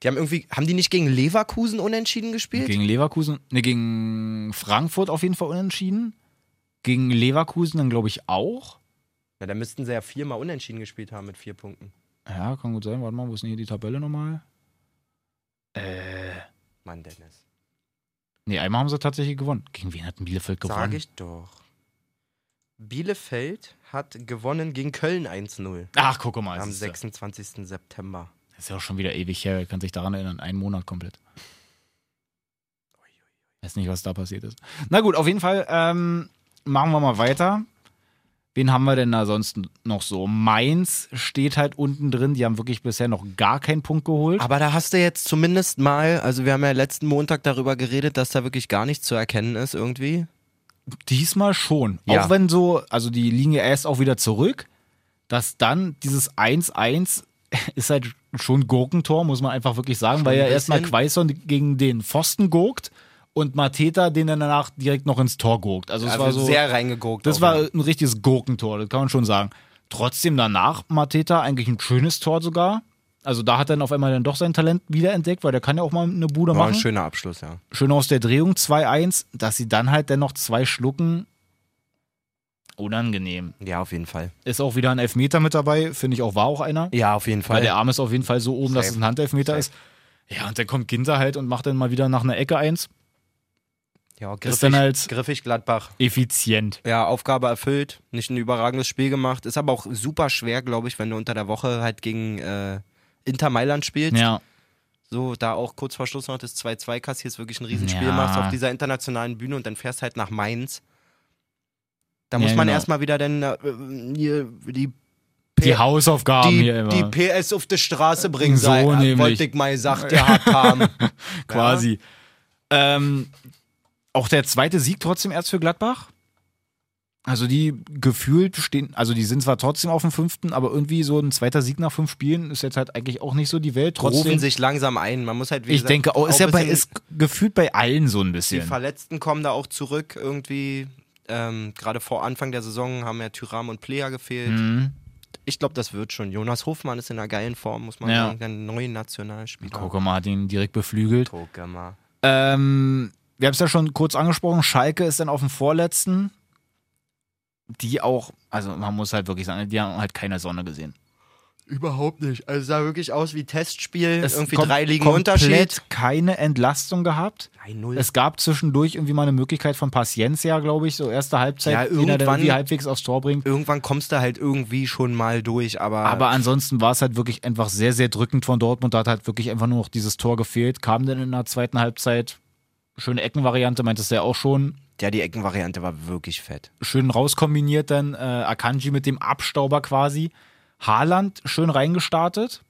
Die haben irgendwie, haben die nicht gegen Leverkusen unentschieden gespielt?
Gegen Leverkusen, ne, gegen Frankfurt auf jeden Fall unentschieden. Gegen Leverkusen dann, glaube ich, auch.
Na, da müssten sie ja viermal unentschieden gespielt haben mit vier Punkten.
Ja, kann gut sein. Warte mal, wo ist denn hier die Tabelle nochmal? Äh,
Mann, Dennis.
nee, einmal haben sie tatsächlich gewonnen. Gegen wen hat denn Bielefeld gewonnen?
Sag ich doch. Bielefeld hat gewonnen gegen Köln 1-0
Ach, guck mal.
am
siehste.
26. September.
Das ist ja auch schon wieder ewig her. Wer kann sich daran erinnern? Einen Monat komplett. Weiß nicht, was da passiert ist. Na gut, auf jeden Fall ähm, machen wir mal weiter. Wen haben wir denn da sonst noch so? Mainz steht halt unten drin. Die haben wirklich bisher noch gar keinen Punkt geholt.
Aber da hast du jetzt zumindest mal, also wir haben ja letzten Montag darüber geredet, dass da wirklich gar nichts zu erkennen ist irgendwie.
Diesmal schon.
Ja.
Auch wenn so, also die Linie erst auch wieder zurück, dass dann dieses 1-1 ist halt schon ein Gurkentor, muss man einfach wirklich sagen, weil ja
ein
erstmal
bisschen.
Quaison gegen den Pfosten gurkt und Mateta den dann danach direkt noch ins Tor gurkt. Also, es war so,
sehr reingeguckt.
das war ein richtiges Gurkentor, das kann man schon sagen. Trotzdem danach Mateta eigentlich ein schönes Tor sogar. Also da hat er dann auf einmal dann doch sein Talent wiederentdeckt, weil der kann ja auch mal eine Bude
war ein
machen
schöner Abschluss, ja.
schön aus der Drehung 2-1, dass sie dann halt dennoch zwei schlucken. Unangenehm.
Ja, auf jeden Fall.
Ist auch wieder ein Elfmeter mit dabei, finde ich auch, war auch einer.
Ja, auf jeden
Weil
Fall.
der Arm ist auf jeden Fall so oben, dass
Safe.
es ein Handelfmeter
Safe.
ist. Ja, und dann kommt Ginter halt und macht dann mal wieder nach einer Ecke eins.
ja, griffig,
dann als-
griffig Gladbach.
Effizient.
Ja, Aufgabe erfüllt, nicht ein überragendes Spiel gemacht. Ist aber auch super schwer, glaube ich, wenn du unter der Woche halt gegen äh, Inter Mailand spielst.
Ja.
So, da auch kurz vor Schluss noch das 2-2 kassierst, wirklich ein Riesenspiel
Ja.
machst auf dieser internationalen Bühne und dann fährst halt nach Mainz. Da
Ja,
muss man
genau.
erstmal wieder dann äh, hier die,
Die Hausaufgaben hier
die,
immer.
die PS auf die Straße bringen,
So
sei- äh,
nämlich.
wollte ich mal gesagt gehabt haben.
quasi. Ähm, auch der zweite Sieg trotzdem erst für Gladbach. Also die gefühlt stehen, also die sind zwar trotzdem auf dem fünften, aber irgendwie so ein zweiter Sieg nach fünf Spielen ist jetzt halt eigentlich auch nicht so die Welt. Trotzdem,
Rufen sich langsam ein. Man muss halt wie
ich
gesagt,
denke, auch, ist
auch
ja
ein
bei,
bisschen-
ist gefühlt bei allen so ein
Die
bisschen.
Verletzten kommen da auch zurück irgendwie. Ähm, Gerade vor Anfang der Saison haben ja Tyram und Player gefehlt.
Mhm.
Ich glaube, das wird schon. Jonas Hofmann ist in einer geilen Form, muss man
Ja.
sagen. Der neue Nationalspieler.
Guck mal, hat ihn direkt beflügelt.
Guck mal.
Ähm, wir haben es ja schon kurz angesprochen, Schalke ist dann auf dem vorletzten. Die auch, also man muss halt wirklich sagen, die haben halt keine Sonne gesehen.
Überhaupt nicht. Also sah wirklich aus wie Testspiel.
es
irgendwie
kom-
drei Ligen
komplett
Unterschied.
keine Entlastung gehabt.
3-0.
Es gab zwischendurch irgendwie mal eine Möglichkeit von Paciencia, glaube ich, so erste Halbzeit,
Ja,
die er dann irgendwie
irgendwann-
halbwegs aufs Tor bringt.
Irgendwann kommst du halt irgendwie schon mal durch, aber,
Aber ansonsten war es halt wirklich einfach sehr, sehr drückend von Dortmund. Da hat halt wirklich einfach nur noch dieses Tor gefehlt. Kam dann in der zweiten Halbzeit. Schöne Eckenvariante, meintest du ja auch schon.
ja, die Eckenvariante war wirklich fett.
Schön rauskombiniert dann äh, Akanji mit dem Abstauber quasi. Haaland schön reingestartet.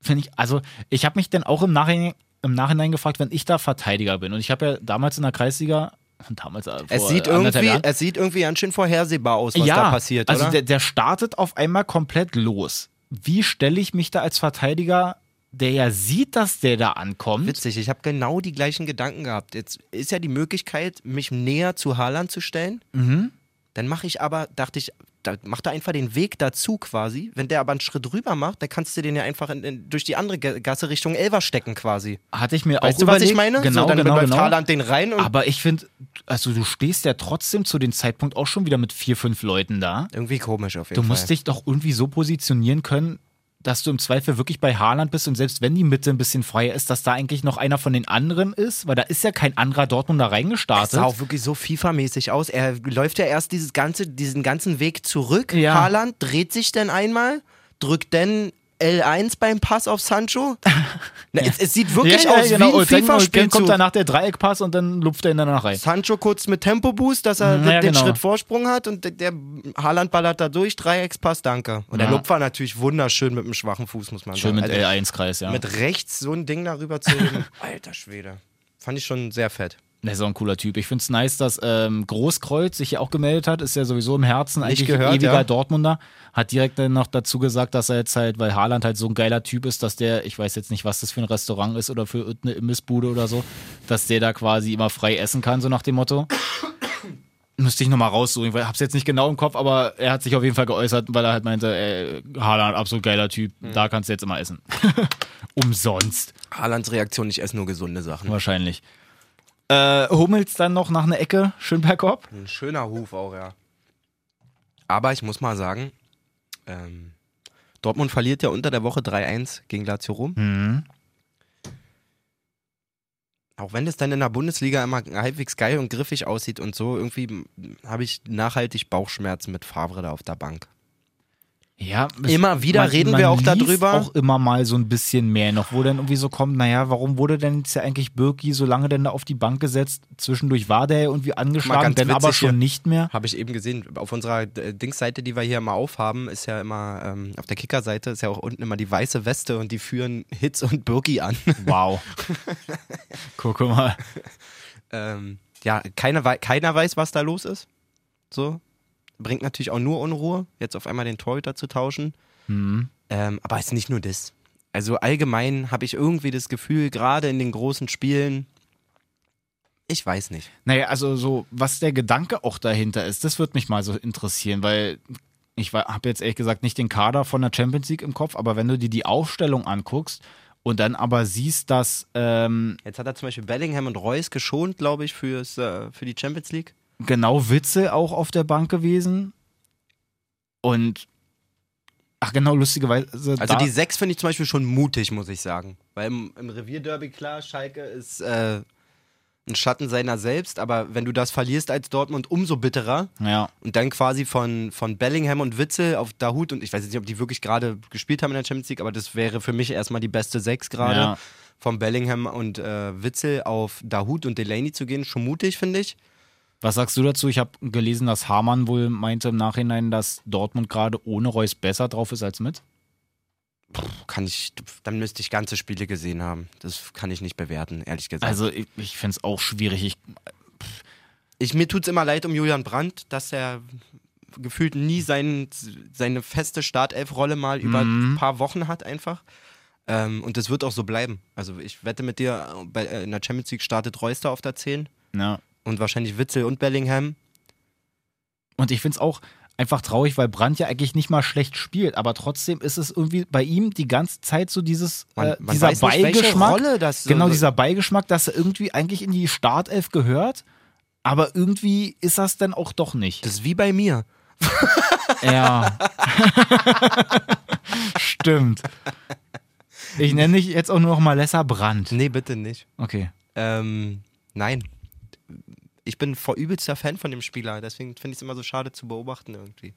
Finde ich, also ich habe mich dann auch im Nachhinein, im Nachhinein gefragt, wenn ich da Verteidiger bin. Und ich habe ja damals in der Kreisliga, damals äh, vor
Es sieht,
anderthalb
irgendwie,
Jahren,
es sieht irgendwie ganz schön vorhersehbar aus, was da passiert,
also
oder?
Der, der startet auf einmal komplett los. Wie stelle ich mich da als Verteidiger, der ja sieht, dass der da ankommt?
Witzig, ich habe genau die gleichen Gedanken gehabt. Jetzt ist ja die Möglichkeit, mich näher zu Haaland zu stellen.
Mhm.
Dann mache ich aber, dachte ich, da macht er einfach den Weg dazu quasi. Wenn der aber einen Schritt rüber macht, dann kannst du den ja einfach in, in, durch die andere Ga- Gasse Richtung Elver stecken quasi.
Hatte ich mir
Weißt
auch
du,
überlegt.
was ich meine?
Genau,
so, dann
genau,
läuft
genau.
Haaland den rein und
Aber ich finde, also du stehst ja trotzdem zu dem Zeitpunkt auch schon wieder mit vier, fünf Leuten da.
irgendwie komisch auf jeden
Du musst
Fall.
dich doch irgendwie so positionieren können, dass du im Zweifel wirklich bei Haaland bist und selbst wenn die Mitte ein bisschen freier ist, dass da eigentlich noch einer von den anderen ist, weil da ist ja kein anderer Dortmund da
Das sah
reingestartet.
auch wirklich so FIFA-mäßig aus. Er läuft ja erst dieses ganze, diesen ganzen Weg zurück.
Ja.
Haaland dreht sich dann einmal, drückt dann L1 beim Pass auf Sancho. Na, es, es sieht wirklich
genau.
aus wie
Und
ein
dann- und
FIFA-Spiel.
Dann kommt danach der Dreieckpass und dann lupft er ihn danach rein.
Sancho kurz mit Tempo-Boost, dass er
Ja,
den
genau.
Schritt Vorsprung hat und der, der Haaland ballert da durch, Dreieckspass, danke. Und der
Ja.
Lupfer natürlich wunderschön mit einem schwachen Fuß, muss man
Schön mit
sagen. Also,
L1-Kreis, ja.
mit rechts so ein Ding darüber zu heben. Alter Schwede. Fand ich schon sehr fett.
Der ist auch ein cooler Typ. Ich finde es nice, dass ähm, Großkreuz sich ja auch gemeldet hat. Ist ja sowieso im Herzen eigentlich
gehört,
ein ewiger
ja.
Dortmunder. Hat direkt dann noch dazu gesagt, dass er jetzt halt, weil Haaland halt so ein geiler Typ ist, dass der, ich weiß jetzt nicht, was das für ein Restaurant ist oder für irgendeine Imbissbude oder so, dass der da quasi immer frei essen kann, so nach dem Motto. Müsste ich nochmal raussuchen, weil ich hab's jetzt nicht genau im Kopf, aber er hat sich auf jeden Fall geäußert, weil er halt meinte, ey, Haaland, absolut geiler Typ, da kannst du jetzt immer essen. Umsonst.
Haalands Reaktion, ich esse nur gesunde Sachen.
Hm. Wahrscheinlich. Äh, Hummels dann noch nach einer Ecke, schön bergab.
Ein schöner Huf auch, ja. Aber ich muss mal sagen, ähm, Dortmund verliert ja unter der Woche 3-1 gegen Lazio Rom. Auch wenn es dann in der Bundesliga immer halbwegs geil und griffig aussieht und so, irgendwie m, habe ich nachhaltig Bauchschmerzen mit Favre da auf der Bank.
Ja, es-
Immer wieder
man,
reden
man
wir auch
liest
darüber.
auch immer mal so ein bisschen mehr noch, wo dann irgendwie so kommt, naja, warum wurde denn jetzt ja eigentlich Birki so lange denn da auf die Bank gesetzt? Zwischendurch war der ja irgendwie angeschlagen,
ganz
dann aber
witzig hier.
schon nicht mehr.
Habe ich eben gesehen. Auf unserer äh, Dingsseite, die wir hier immer aufhaben, ist ja immer, ähm, auf der Kickerseite ist ja auch unten immer die weiße Weste und die führen Hits und Birki an.
Wow. Guck mal.
ähm, ja, keiner, wei keiner weiß, was da los ist. So. Bringt natürlich auch nur Unruhe, jetzt auf einmal den Torhüter zu tauschen. Ähm, aber es ist nicht nur das. Also allgemein habe ich irgendwie das Gefühl, gerade in den großen Spielen, ich weiß nicht.
Naja, also so, was der Gedanke auch dahinter ist, das würde mich mal so interessieren, weil ich habe jetzt ehrlich gesagt nicht den Kader von der Champions League im Kopf, aber wenn du dir die Aufstellung anguckst und dann aber siehst, dass ähm,
Jetzt hat er zum Beispiel Bellingham und Reus geschont, glaube ich, fürs, äh, für die Champions League.
genau Witze auch auf der Bank gewesen und ach genau, lustigerweise.
Also
da,
die sechs finde ich zum Beispiel schon mutig, muss ich sagen. Weil im, im Revierderby, klar, Schalke ist äh, ein Schatten seiner selbst, aber wenn du das verlierst als Dortmund, umso bitterer.
ja,
Und dann quasi von, von Bellingham und Witzel auf Dahut und ich weiß jetzt nicht, ob die wirklich gerade gespielt haben in der Champions League, aber das wäre für mich erstmal die beste Sechs gerade.
Ja.
Von Bellingham und äh, Witzel auf Dahut und Delaney zu gehen, schon mutig, finde ich.
was sagst du dazu? Ich habe gelesen, dass Hamann wohl meinte im Nachhinein, dass Dortmund gerade ohne Reus besser drauf ist als mit.
Kann ich, dann müsste ich ganze Spiele gesehen haben. Das kann ich nicht bewerten, ehrlich gesagt.
Also ich, ich finde es auch schwierig. Ich
ich, mir tut's immer leid um Julian Brandt, dass er gefühlt nie sein, seine feste Startelf-Rolle mal über ein paar Wochen hat einfach. Ähm, und das wird auch so bleiben. Also ich wette mit dir, bei, äh, in der Champions League startet Reus da auf der 10
ja.
und wahrscheinlich Witzel und Bellingham.
Und ich finde es auch einfach traurig, weil Brandt ja eigentlich nicht mal schlecht spielt, aber trotzdem ist es irgendwie bei ihm die ganze Zeit so dieses
Man-
äh,
man
dieser
weiß nicht, welche
Beigeschmack,
Rolle das so-
genau dieser Beigeschmack, dass er irgendwie eigentlich in die Startelf gehört, aber irgendwie ist das dann auch doch nicht.
Das ist wie bei mir.
ja. Stimmt. Ich nenne dich jetzt auch nur noch mal Lesser Brandt.
Nee, bitte nicht.
Okay.
Ähm, nein. Ich bin vor übelster Fan von dem Spieler, deswegen finde ich es immer so schade zu beobachten irgendwie.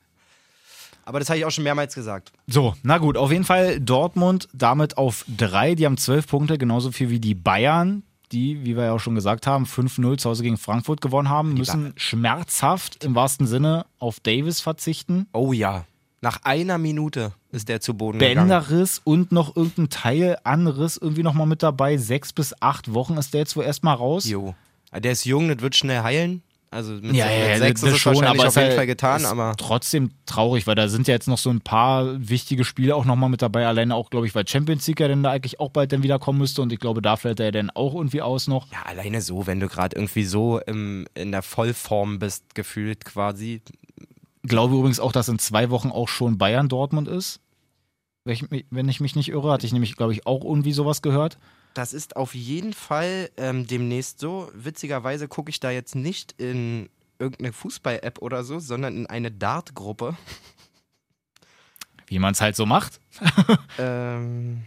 Aber das habe ich auch schon mehrmals gesagt.
So, na gut, auf jeden Fall Dortmund damit auf drei. Die haben zwölf Punkte, genauso viel wie die Bayern, die, wie wir ja auch schon gesagt haben, 5-0 zu Hause gegen Frankfurt gewonnen haben, müssen
Bayern.
schmerzhaft im wahrsten Sinne auf Davis verzichten.
Oh ja. Nach einer Minute ist der zu Boden gegangen.
Bänderriss und noch irgendein Teil Anriss irgendwie nochmal mit dabei. Sechs bis acht Wochen ist der jetzt wohl erstmal raus.
Jo. Der ist jung, das wird schnell heilen. Also mit,
Ja, ja,
mit
ja,
sechs
das
ist es
schon,
wahrscheinlich
aber
auf
ist
jeden
halt-
Fall getan,
ist
aber
Trotzdem traurig, weil da sind ja jetzt noch so ein paar wichtige Spiele auch nochmal mit dabei. Alleine auch, glaube ich, weil Champions League ja dann da eigentlich auch bald dann wieder kommen müsste und ich glaube, da fällt er dann auch irgendwie aus noch.
ja, alleine so, wenn du gerade irgendwie so im, in der Vollform bist, gefühlt quasi.
Glaube übrigens auch, dass in zwei Wochen auch schon Bayern Dortmund ist. Wenn ich mich- wenn ich mich nicht irre, hatte ich nämlich, glaube ich, auch irgendwie sowas gehört.
Das ist auf jeden Fall ähm, demnächst so. Witzigerweise gucke ich da jetzt nicht in irgendeine Fußball-App oder so, sondern in eine Dart-Gruppe.
Wie man es halt so macht.
Ähm,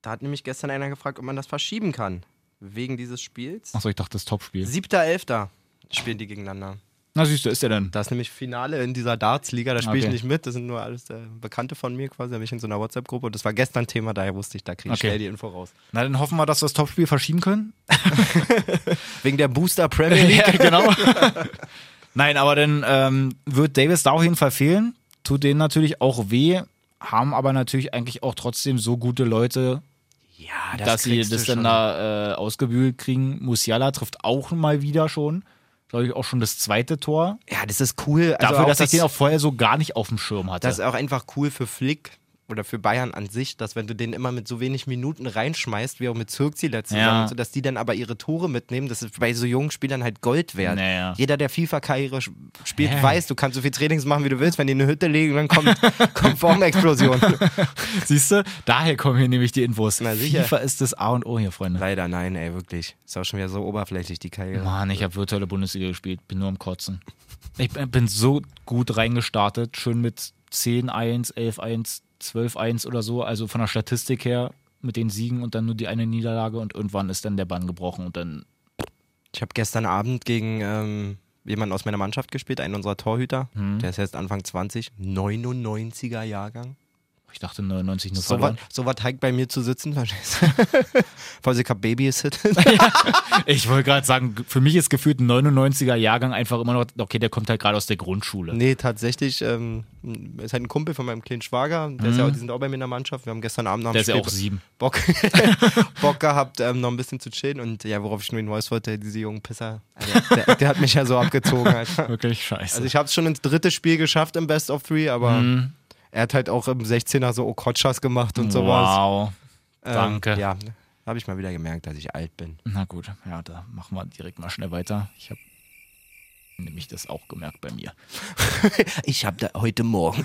da hat nämlich gestern einer gefragt, ob man das verschieben kann. Wegen dieses Spiels.
Achso, ich dachte, das Topspiel.
7.11. spielen die gegeneinander.
Na siehst du, ist er denn?
Da ist nämlich Finale in dieser Darts-Liga, da spiele ich
Okay.
nicht mit. Das sind nur alles äh, Bekannte von mir quasi, da bin ich in so einer WhatsApp-Gruppe und das war gestern Thema, daher wusste ich, da kriege ich
Okay.
schnell die Info raus.
Na, dann hoffen wir, dass wir das Topspiel verschieben können.
Wegen der Booster Premier League.
ja, genau. Nein, aber dann ähm, wird Davis da auf jeden Fall fehlen. Tut denen natürlich auch weh, haben aber natürlich eigentlich auch trotzdem so gute Leute
Ja,
dass sie
kriegst du
das dann
schon.
da äh, ausgebügelt kriegen. Musiala trifft auch mal wieder schon. Glaube ich auch schon das zweite Tor.
Ja, das ist cool. Also
Dafür,
auch
dass ich
das-
den auch vorher so gar nicht auf dem Schirm hatte.
Das ist auch einfach cool für Flick oder für Bayern an sich, dass wenn du den immer mit so wenig Minuten reinschmeißt, wie auch mit Zirkzee letztes
Ja.
Jahr, und so, dass die dann aber ihre Tore mitnehmen, das ist bei so jungen Spielern halt Gold wert.
Naja.
Jeder, der FIFA-Karriere sch- spielt,
Ja.
weiß, du kannst so viel Trainings machen, wie du willst. Wenn die in eine Hütte legen, dann kommt, kommt Formexplosion.
Siehst du? Daher kommen hier nämlich die Infos.
Na, sicher.
FIFA ist das A und O hier, Freunde.
Leider nein, ey, wirklich. Ist auch schon wieder so oberflächlich, die Karriere.
Mann, ich habe virtuelle Bundesliga gespielt. Bin nur am Kotzen. Ich bin- bin so gut reingestartet. Schön mit 10-1, 11-1, 12-1 oder so. Also von der Statistik her mit den Siegen und dann nur die eine Niederlage. Und irgendwann ist dann der Bann gebrochen. Und dann
Ich habe gestern Abend gegen ähm, jemanden aus meiner Mannschaft gespielt, einen unserer Torhüter.
Mhm.
Der ist jetzt Anfang 20, 99er Jahrgang.
Ich dachte 99 nur
So was,
verloren.
so was halt bei mir zu sitzen, verstehst du? Falls ich hab Babysitten.
Ich wollte gerade sagen, für mich ist gefühlt ein 99er Jahrgang einfach immer noch, okay, der kommt halt gerade aus der Grundschule.
nee, tatsächlich, ähm, ist halt ein Kumpel von meinem kleinen Schwager. Der ist ja, auch- die sind auch bei mir in der Mannschaft. Wir haben gestern Abend noch
Mhm. Der ist ja auch sieben.
Bock, Bock gehabt, ähm, noch ein bisschen zu chillen. Und ja, worauf ich nur hinaus wollte, diese jungen Pisser, Alter, der, der hat mich ja so abgezogen. Alter.
Wirklich scheiße. Mhm.
Also ich hab's schon ins dritte Spiel geschafft im Best of Three, aber er hat halt auch im 16er so Okotschas gemacht und sowas.
wow.
Ähm,
danke.
Ja, habe ich mal wieder gemerkt, dass ich alt bin.
Na gut, ja, da machen wir direkt mal schnell weiter. Ich habe nämlich das auch gemerkt bei mir.
Ich habe da heute Morgen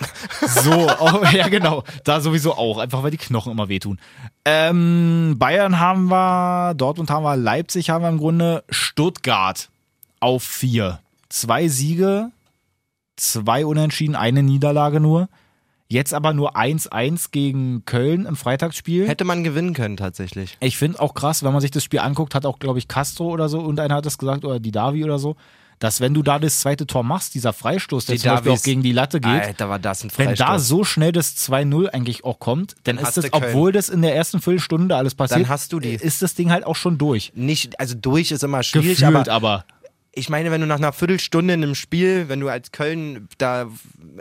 So, oh, ja genau, da sowieso auch, einfach weil die Knochen immer wehtun. Ähm, Bayern haben wir, Dortmund haben wir, Leipzig haben wir im Grunde, Stuttgart auf vier. Zwei Siege, zwei Unentschieden, eine Niederlage nur. Jetzt aber nur 1-1 gegen Köln im Freitagsspiel.
Hätte man gewinnen können tatsächlich.
Ich finde auch krass, wenn man sich das Spiel anguckt, hat auch, glaube ich, Castro oder so und einer hat es gesagt, oder die Davi oder so, dass wenn du da das zweite Tor machst, dieser Freistoß, der
Die
zum Beispiel
Davis-
auch gegen die Latte geht,
Alter, war das ein
wenn
Freistoß.
da so schnell das 2-0 eigentlich auch kommt, dann
Dann
ist
hast
das,
du Köln.
obwohl das in der ersten Viertelstunde alles passiert,
Dann hast du die.
ist das Ding halt auch schon durch.
nicht, also durch ist immer schwierig,
Gefühlt aber.
aber ich meine, wenn du nach einer Viertelstunde in einem Spiel, wenn du als Köln da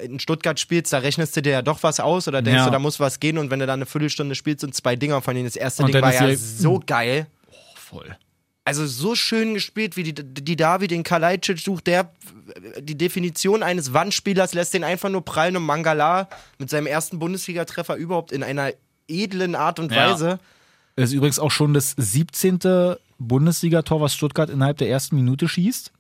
in Stuttgart spielst, da rechnest du dir ja doch was aus oder denkst
Ja.
du, da muss was gehen und wenn du da eine Viertelstunde spielst und zwei Dinger, von denen das erste
Und
Ding
dann
war
ist
ja
sie-
so geil.
Voll.
Also so schön gespielt, wie die, die David den Kalajdzic sucht, der die Definition eines Wandspielers lässt den einfach nur prallen und Mangala mit seinem ersten Bundesligatreffer überhaupt in einer edlen Art und
Ja.
Weise.
Ist übrigens auch schon das 17. Bundesligator, was Stuttgart innerhalb der ersten Minute schießt.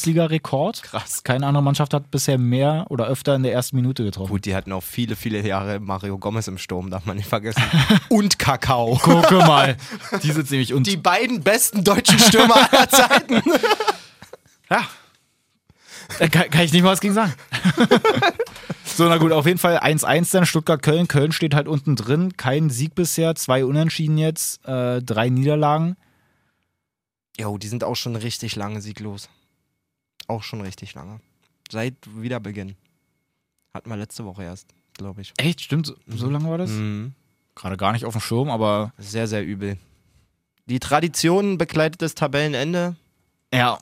Bundesliga-Rekord.
Krass.
Keine andere Mannschaft hat bisher mehr oder öfter in der ersten Minute getroffen.
Gut, die hatten auch viele, viele Jahre Mario Gomez im Sturm, darf man nicht vergessen. Und Kakao.
Gucke mal. Die sind nämlich und
Die beiden besten deutschen Stürmer aller Zeiten.
Ja. Da Äh, kann, kann ich nicht mal was gegen sagen. so, na gut, auf jeden Fall 1-1 dann Stuttgart-Köln. Köln steht halt unten drin. Kein Sieg bisher, zwei Unentschieden jetzt, äh, drei Niederlagen.
Jo, die sind auch schon richtig lange sieglos. Auch schon richtig lange. Seit Wiederbeginn. Hatten wir letzte Woche erst, glaube ich.
Echt, stimmt, so, so lange war das?
Mhm.
Gerade gar nicht auf dem Schirm, aber.
Sehr, sehr übel. Die Tradition begleitet das Tabellenende.
Ja.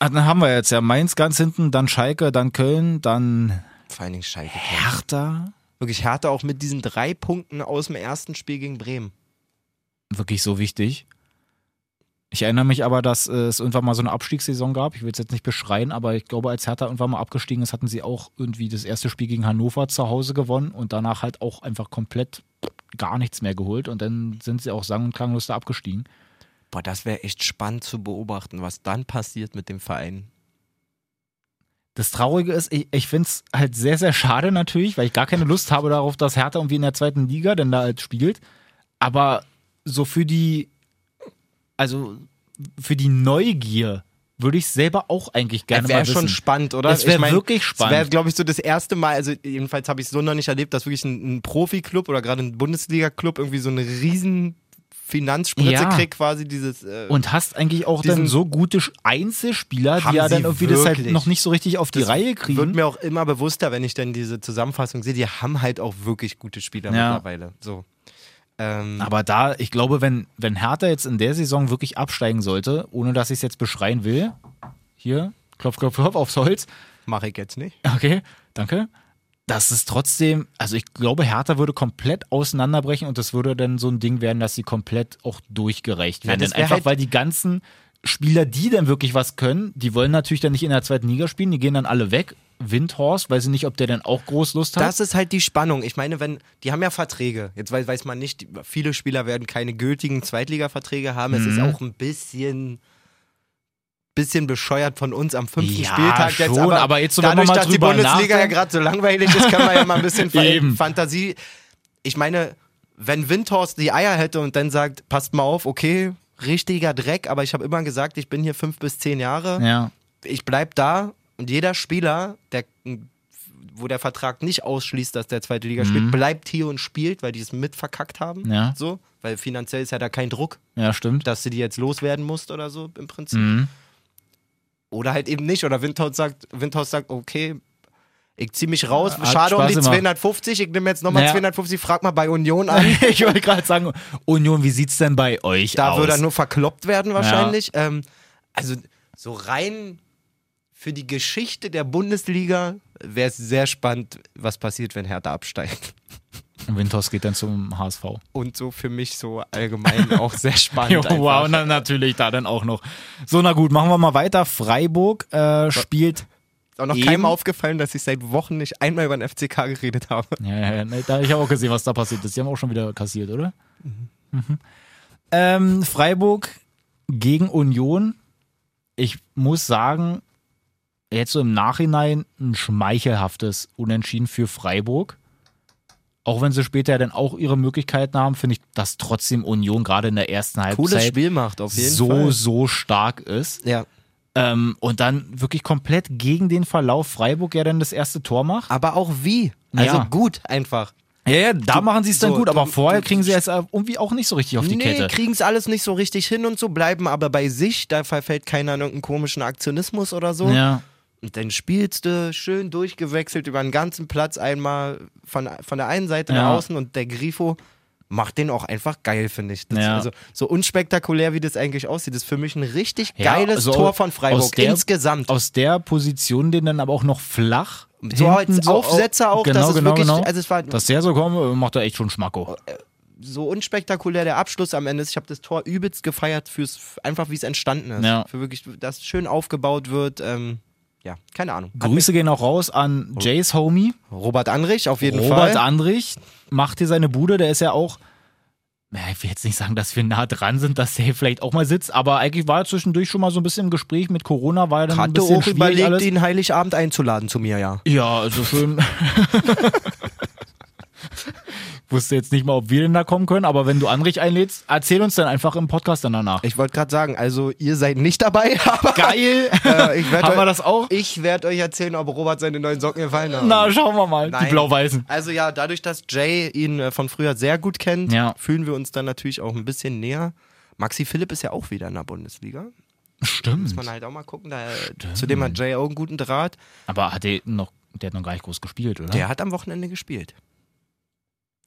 Ah, Dann haben wir jetzt ja Mainz ganz hinten, dann Schalke, dann Köln, dann
Vor allen Dingen Schalke.
Hertha.
Wirklich Hertha auch mit diesen drei Punkten aus dem ersten Spiel gegen Bremen.
wirklich so wichtig. Ich erinnere mich aber, dass äh, es irgendwann mal so eine Abstiegssaison gab. Ich will es jetzt nicht beschreien, aber ich glaube, als Hertha irgendwann mal abgestiegen ist, hatten sie auch irgendwie das erste Spiel gegen Hannover zu Hause gewonnen und danach halt auch einfach komplett gar nichts mehr geholt. Und dann sind sie auch sang- und klanglos da abgestiegen.
Boah, das wäre echt spannend zu beobachten, was dann passiert mit dem Verein.
Das Traurige ist, ich, ich finde es halt sehr, sehr schade natürlich, weil ich gar keine Lust habe darauf, dass Hertha irgendwie in der zweiten Liga denn da halt spielt. Aber so für die, also für die Neugier würde ich selber auch eigentlich gerne
Das wäre
mal wissen.
schon spannend, oder?
Das wär
Ich
wirklich
Das wäre,
spannend.
glaube ich, so das erste Mal, also jedenfalls habe ich es so noch nicht erlebt, dass wirklich ein, ein Profi-Club oder gerade ein Bundesliga-Club irgendwie so eine riesen Finanzspritze
Ja.
kriegt, quasi dieses. Äh,
und hast eigentlich auch dann
Diesen-
so gute Sch- Einzelspieler,
Haben
die ja
sie
dann irgendwie das halt
wirklich?
noch nicht so richtig auf die
das
Reihe
Wird
kriegen.
mir auch immer bewusster, wenn ich dann diese Zusammenfassung sehe. Die haben halt auch wirklich gute Spieler
Ja.
mittlerweile. So. Ähm,
Aber da, ich glaube, wenn, wenn Hertha jetzt in der Saison wirklich absteigen sollte, ohne dass ich es jetzt beschreien will, hier, klopf, klopf, klopf aufs Holz,
Mache ich jetzt nicht.
Okay, danke. das ist trotzdem, also ich glaube, Hertha würde komplett auseinanderbrechen und das würde dann so ein Ding werden, dass sie komplett auch durchgereicht
Na,
werden.
das
Denn
wär
einfach,
halt-
weil die ganzen Spieler, die dann wirklich was können, die wollen natürlich dann nicht in der zweiten Liga spielen, die gehen dann alle weg. Windhorst, weiß ich nicht, ob der dann auch groß Lust hat.
Das ist halt die Spannung. Ich meine, wenn die haben ja Verträge. Jetzt weiß, weiß man nicht, die- viele Spieler werden keine gültigen Zweitligaverträge haben. Es ist
Mhm.
auch ein bisschen bisschen bescheuert von uns am fünften
Ja,
Spieltag jetzt
schon,
aber,
aber jetzt so, wenn man
dadurch,
mal
dass die
drüber
Bundesliga ja
nachdenkt-
gerade so langweilig ist, kann man ja mal ein bisschen Fa-
Eben.
Fantasie. Ich meine, wenn Windhorst die Eier hätte und dann sagt, passt mal auf, okay, richtiger Dreck, aber ich habe immer gesagt, ich bin hier fünf bis zehn Jahre
ja.
ich bleib da und jeder Spieler, der, wo der Vertrag nicht ausschließt, dass der zweite Liga spielt, bleibt hier und spielt, weil die es mit verkackt haben.
Mhm. Ja.
So, weil finanziell ist ja da kein Druck,
ja, stimmt.
dass du die jetzt loswerden musst oder so im Prinzip.
Mhm.
Oder halt eben nicht. Oder Windhaus sagt, Windhaus sagt, okay, ich zieh mich raus,
Hat
schade um
Spaß
die
gemacht.
250, ich nehme jetzt nochmal
Naja.
250, frag mal bei Union an.
ich wollte gerade sagen, Union, wie sieht's denn bei euch
Da
aus?
würde er nur verkloppt werden wahrscheinlich. Ähm, also so rein für die Geschichte der Bundesliga wäre es sehr spannend, was passiert, wenn Hertha absteigt.
Windhorst geht dann zum HSV.
Und so für mich so allgemein auch sehr
Jo,
spannend.
wow,
einfach.
na, natürlich da dann auch noch. Halt So, na gut, machen wir mal weiter. Freiburg äh, spielt.
Ist auch noch
eben.
keinem aufgefallen, dass ich seit Wochen nicht einmal über den FCK geredet habe.
Ja, ja, ja, ne, da, ich habe auch gesehen, was da passiert ist. Die haben auch schon wieder kassiert, oder? Mhm. Ähm, Freiburg gegen Union. Ich muss sagen, jetzt so im Nachhinein ein schmeichelhaftes Unentschieden für Freiburg. Auch wenn sie später ja dann auch ihre Möglichkeiten haben, finde ich, dass trotzdem Union gerade in der ersten
Cooles
Halbzeit
Spiel macht, auf jeden
so,
Fall.
so stark ist.
Ja.
Ähm, und dann wirklich komplett gegen den Verlauf Freiburg ja dann das erste Tor macht.
Aber auch wie. Also
Ja.
gut einfach.
Ja, ja, da machen sie es dann
so,
gut, aber
du-
vorher
du-
kriegen sie es äh, irgendwie auch nicht so richtig auf die Kette.
kriegen es alles nicht so richtig hin und so, bleiben aber bei sich, da verfällt keiner in irgendeinen komischen Aktionismus oder so.
Ja.
Und dann spielst du schön durchgewechselt über den ganzen Platz einmal von, von der einen Seite nach
Ja.
außen und der Grifo macht den auch einfach geil, finde ich. Das,
Ja.
Also so unspektakulär, wie das eigentlich aussieht, ist für mich ein richtig
Ja,
geiles
also
Tor von Freiburg
aus der-
insgesamt.
Aus der Position den dann aber auch noch flach.
So als
hinten
Aufsetzer auch,
genau,
dass es
genau,
wirklich-
genau.
also es war-
dass der so kommt, äh, macht er echt schon Schmacko.
so unspektakulär der Abschluss am Ende ist. Ich habe das Tor übelst gefeiert fürs einfach wie es entstanden ist.
Ja.
Für wirklich, dass schön aufgebaut wird. Ähm, ja, keine Ahnung. Hat
Grüße gehen auch raus an Jays Homie,
mich- Robert Anrich auf jeden
Robert
Fall.
Andrich. Macht hier seine Bude, der ist ja auch. na, Ich will jetzt nicht sagen, dass wir nah dran sind, dass der hier vielleicht auch mal sitzt, aber eigentlich war er zwischendurch schon mal so ein bisschen im Gespräch mit Corona, war ja dann ein
Hatte
bisschen
auch
schwierig
überlegt,
alles.
ihn Heiligabend einzuladen zu mir, ja.
Ja, also schön. Wusste jetzt nicht mal, ob wir denn da kommen können, aber wenn du Anrich einlädst, erzähl uns dann einfach im Podcast dann danach.
Ich wollte gerade sagen, also ihr seid nicht dabei, aber
Geil!
äh, ich
Haben
werde
wir
euch,
das auch?
ich werd euch erzählen, ob Robert seine neuen Socken gefallen haben.
Na, schauen wir mal.
Nein.
Die Blau-Weißen.
Also ja, dadurch, dass Jay ihn äh, von früher sehr gut kennt,
Ja.
fühlen wir uns dann natürlich auch ein bisschen näher. Maxi Philipp ist ja auch wieder in der Bundesliga.
Stimmt.
Muss man halt auch mal gucken. Da, zudem hat Jay auch einen guten Draht.
Aber hat der noch, der hat noch gar nicht groß gespielt, oder?
Der hat am Wochenende gespielt.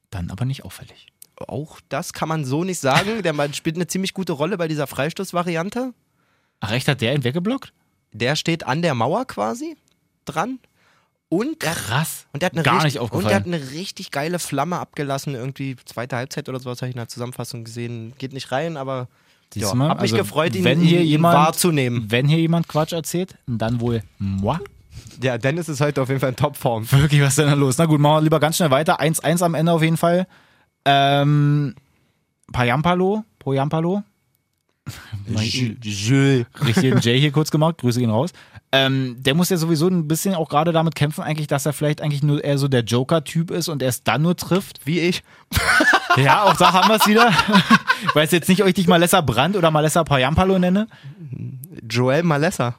Dann aber nicht auffällig.
Auch das kann man so nicht sagen. Der Mann spielt eine ziemlich gute Rolle bei dieser Freistoßvariante.
Ach, recht hat der ihn weggeblockt?
Der steht an der Mauer quasi dran. Und er,
Krass.
und der hat eine
Gar
richtig,
nicht
und
aufgefallen.
der hat eine richtig geile Flamme abgelassen. Irgendwie zweite Halbzeit oder sowas habe ich in der Zusammenfassung gesehen. Geht nicht rein, aber
Siehst
ja,
du mal?
habe mich
Also,
gefreut, ihn,
wenn
ihn
hier jemand-
wahrzunehmen.
Wenn hier jemand Quatsch erzählt, dann wohl moi.
Ja, Dennis ist heute auf jeden Fall in Topform.
Wirklich, was ist denn da los? Na gut, machen wir lieber ganz schnell weiter. 1-1 am Ende auf jeden Fall. Ähm, Payampalo, Poyampalo. Richtigen Jay hier kurz gemacht, Grüße gehen raus. Ähm, der muss ja sowieso ein bisschen auch gerade damit kämpfen, eigentlich, dass er vielleicht eigentlich nur eher so der Joker-Typ ist und erst dann nur trifft.
Wie ich.
Ja, auch da haben wir es wieder. Ich weiß jetzt nicht, ob ich dich Malessa Brand oder Malessa Payampalo nenne.
Joel Malessa.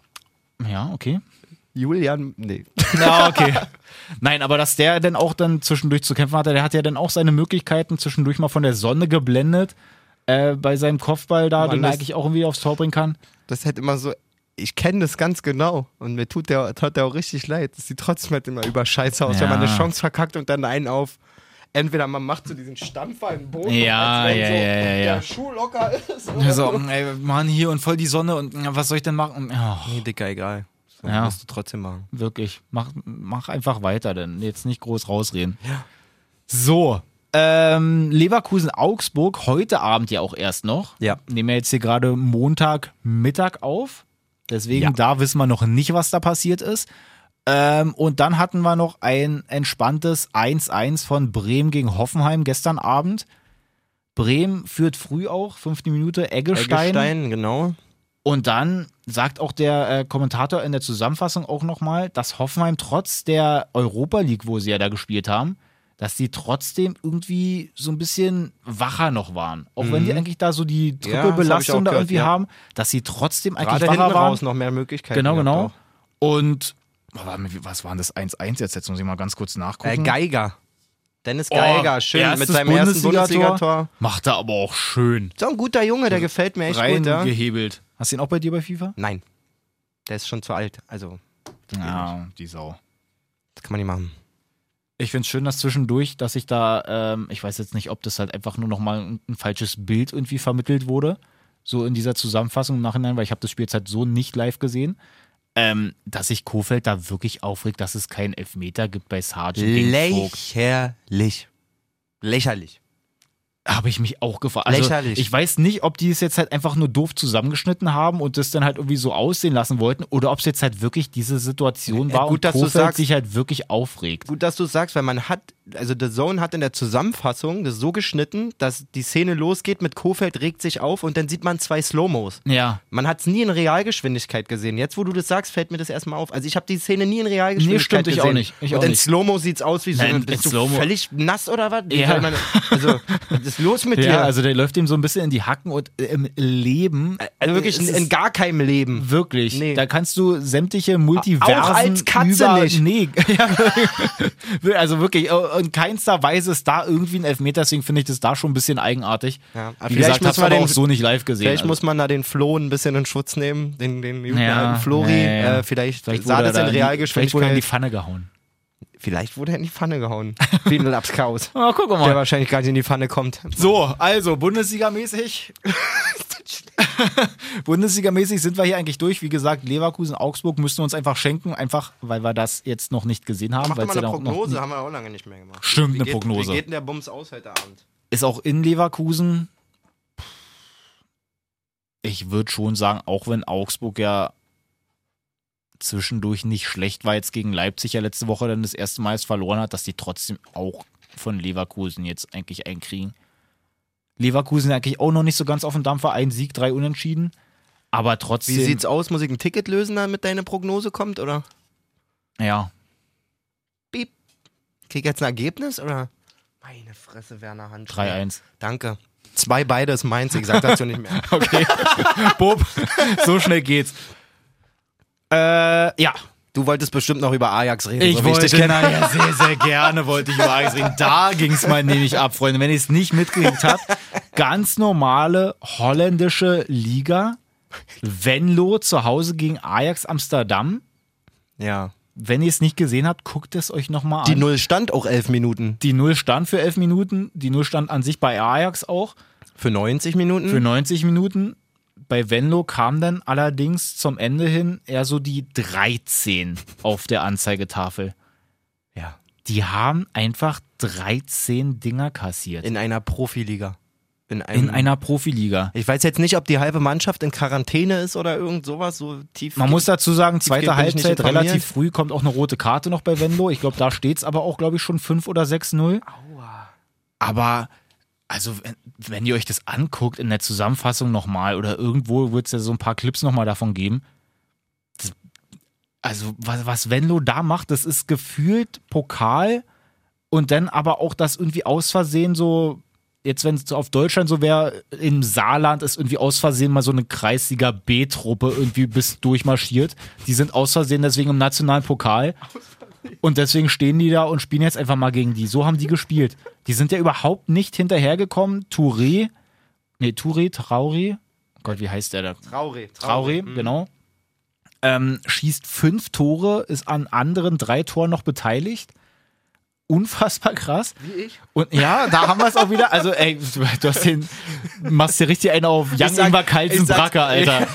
Ja, okay.
Julian, nee.
Na, okay. Nein, aber dass der dann auch dann zwischendurch zu kämpfen hatte, der hat ja dann auch seine Möglichkeiten zwischendurch mal von der Sonne geblendet. Äh, bei seinem Kopfball da,
Mann,
den er
das-
eigentlich auch irgendwie aufs Tor bringen kann.
Das ist halt immer so, ich kenne das ganz genau und mir tut der, tat der auch richtig leid. Das sieht trotzdem halt immer über Scheiße aus, wenn man eine
Ja.
Chance verkackt und dann einen auf. Entweder man macht so diesen Stampfer im Boden,
Ja,
als wenn
ja,
so
ja, ja,
der
ja.
Schuh locker ist.
Also, ey, Mann, hier und voll die Sonne und was soll ich denn machen?
Nee, Dicker, egal. So,
Ja.
Musst du trotzdem machen.
Wirklich. Mach, mach einfach weiter, denn jetzt nicht groß rausreden. So. Ähm, Leverkusen Augsburg heute Abend ja auch erst noch.
Ja. Äh,
Nehmen wir jetzt hier gerade Montag Mittag auf. Deswegen
Ja.
da wissen wir noch nicht, was da passiert ist. Ähm, und dann hatten wir noch ein entspanntes 1-1 von Bremen gegen Hoffenheim gestern Abend. Bremen führt früh auch, fünfte Minute, Eggestein.
Eggestein, genau.
Äh, Und dann sagt auch der äh, Kommentator in der Zusammenfassung auch nochmal, dass Hoffenheim trotz der Europa League, wo sie ja da gespielt haben, dass sie trotzdem irgendwie so ein bisschen wacher noch waren. Auch wenn die eigentlich da so die
Mhm. Ja, das hab ich auch
Trippelbelastung da
gehört,
irgendwie
ja.
haben, dass sie trotzdem eigentlich
Gerade hinten
wacher waren.
raus noch mehr Möglichkeiten.
Genau,
gehabt
genau.
auch.
Und boah, warte mal, wie- was waren das 1-1 jetzt? Jetzt muss ich mal ganz kurz
Äh,
nachgucken.
Geiger. Dennis Geiger,
Oh,
schön mit
erstes
seinem ersten Bundesligator.
Macht er aber auch schön.
So ein guter Junge, der gefällt mir echt gut. Ja?
Reingehebelt. Hast du ihn auch bei dir bei FIFA?
Nein, der ist schon zu alt. Also,
Ja, die Sau.
das kann man nicht machen.
Ich finde es schön, dass zwischendurch, dass ich da, ähm, ich weiß jetzt nicht, ob das halt einfach nur nochmal ein, ein falsches Bild irgendwie vermittelt wurde, so in dieser Zusammenfassung im Nachhinein, weil ich habe das Spiel jetzt halt so nicht live gesehen, ähm, dass sich Kofeld da wirklich aufregt, dass es keinen Elfmeter gibt bei Sargent gegen Vogt.
Lächerlich. Lächerlich.
Habe ich mich auch gefragt. Also,
Lächerlich.
Ich weiß nicht, ob die es jetzt halt einfach nur doof zusammengeschnitten haben und das dann halt irgendwie so aussehen lassen wollten oder ob es jetzt halt wirklich diese Situation
Äh,
war
gut,
und
dass du's
Kofeld
sagst.
sich halt wirklich aufregt.
Gut, dass du es sagst, weil man hat, also The Zone hat in der Zusammenfassung das so geschnitten, dass die Szene losgeht mit Kofeld regt sich auf und dann sieht man zwei Slow-Mos.
Ja.
Man hat es nie in Realgeschwindigkeit gesehen. Jetzt, wo du das sagst, fällt mir das erstmal auf. Also ich habe die Szene nie in Realgeschwindigkeit
Nee, stimmt, ich
gesehen.
auch nicht. Ich
und
auch
in
nicht.
Slow-Mo sieht es aus wie so,
Nein, in
bist du
Slow-Mo-
völlig nass oder was?
Ja.
Ich meine, Also, was ist los mit dir?
Ja, also der läuft ihm so ein bisschen in die Hacken und äh, im Leben.
Also wirklich
es
in,
ist
in gar keinem Leben.
Wirklich,
Nee.
da kannst du sämtliche Multiversen
Auch als Katze
über,
nicht.
Nee. Ja. also wirklich, äh, in keinster Weise ist da irgendwie ein Elfmeter, deswegen finde ich das da schon ein bisschen eigenartig.
Ja, aber
Wie gesagt,
vielleicht muss
hab's
man
aber
den-
auch so nicht live gesehen.
Vielleicht
also.
muss man da den Flo ein bisschen in Schutz nehmen, den, den guten
Ja,
alten Flori.
ja, ja, ja.
Äh, vielleicht,
vielleicht
sah
wurde
das
er
in
da- Vielleicht wurde er in die
Realgeschwindigkeit.
Pfanne gehauen.
Vielleicht wurde er in die Pfanne gehauen. Wie ein Lapskaus,
Ah, guck
der
mal.
wahrscheinlich gar nicht in die Pfanne kommt.
So, also Bundesligamäßig. Bundesligamäßig sind wir hier eigentlich durch. Wie gesagt, Leverkusen, Augsburg müssen wir uns einfach schenken, einfach weil wir das jetzt noch nicht gesehen haben. weil es ja noch- noch-
haben wir auch lange nicht mehr gemacht.
Stimmt, eine Prognose.
denn der Bums aus heute Abend?
ist auch in Leverkusen. Ich würde schon sagen, auch wenn Augsburg ja zwischendurch nicht schlecht war, jetzt gegen Leipzig ja letzte Woche dann das erste Mal jetzt verloren hat, dass die trotzdem auch von Leverkusen jetzt eigentlich einkriegen. Leverkusen eigentlich auch noch nicht so ganz auf dem Dampfer, ein Sieg, drei Unentschieden. Aber trotzdem.
Wie sieht's aus? Muss ich ein Ticket lösen, damit deine Prognose kommt? Oder
Ja.
krieg ich jetzt ein Ergebnis? Oder? Meine Fresse, Werner Hand.
3-1.
Danke. Zwei beide ist meins, ich sag dazu nicht mehr.
Okay. Bob, so schnell geht's. Äh, ja,
Du wolltest bestimmt noch über Ajax reden. so
Also, Ich
wie dich
wollte,
kenne.
naja, sehr, sehr gerne wollte ich über Ajax reden. Da ging es mal nämlich ab, Freunde. Wenn ihr es nicht mitgekriegt habt, ganz normale holländische Liga. Venlo zu Hause gegen Ajax Amsterdam.
Ja.
Wenn ihr es nicht gesehen habt, guckt es euch nochmal an.
Die Null stand auch elf Minuten.
Die Null stand für elf Minuten. Die Null stand an sich bei Ajax auch
Für 90 Minuten?
für 90 Minuten. Bei Venlo kam dann allerdings zum Ende hin eher so die 13 auf der Anzeigetafel.
ja.
Die haben einfach 13 Dinger kassiert.
In einer Profiliga. In, einem,
in einer Profiliga.
Ich weiß jetzt nicht, ob die halbe Mannschaft in Quarantäne ist oder irgend sowas, so tief.
Man muss dazu sagen, zweite
Tiefgehend bin ich nicht
Halbzeit,
informiert.
relativ früh kommt auch eine rote Karte noch bei Venlo. Ich glaube, da steht es aber auch, glaube ich, schon 5 oder 6-0. Aber, also, wenn, wenn ihr euch das anguckt in der Zusammenfassung nochmal oder irgendwo wird es ja so ein paar Clips nochmal davon geben. Das, also, was, was Venlo da macht, das ist gefühlt Pokal und dann aber auch das irgendwie aus Versehen so. Jetzt, wenn es so auf Deutschland so wäre, im Saarland ist irgendwie aus Versehen mal so eine Kreisliga B-Truppe irgendwie bis durchmarschiert. Die sind aus Versehen deswegen im nationalen Pokal. Und deswegen stehen die da und spielen jetzt einfach mal gegen die. So haben die gespielt. Die sind ja überhaupt nicht hinterhergekommen. Touré, nee, Touré, Traoré. Gott, wie heißt der da?
Traurig.
Traoré,
mhm.
genau. Ähm, schießt fünf Tore, ist an anderen drei Toren noch beteiligt. Unfassbar krass. Wie ich. Und ja, da haben wir es auch wieder. Also, ey, du, du hast den, machst dir richtig einen auf Young Ingvar
sag- ich sag's-
Kaltenbracker, Alter.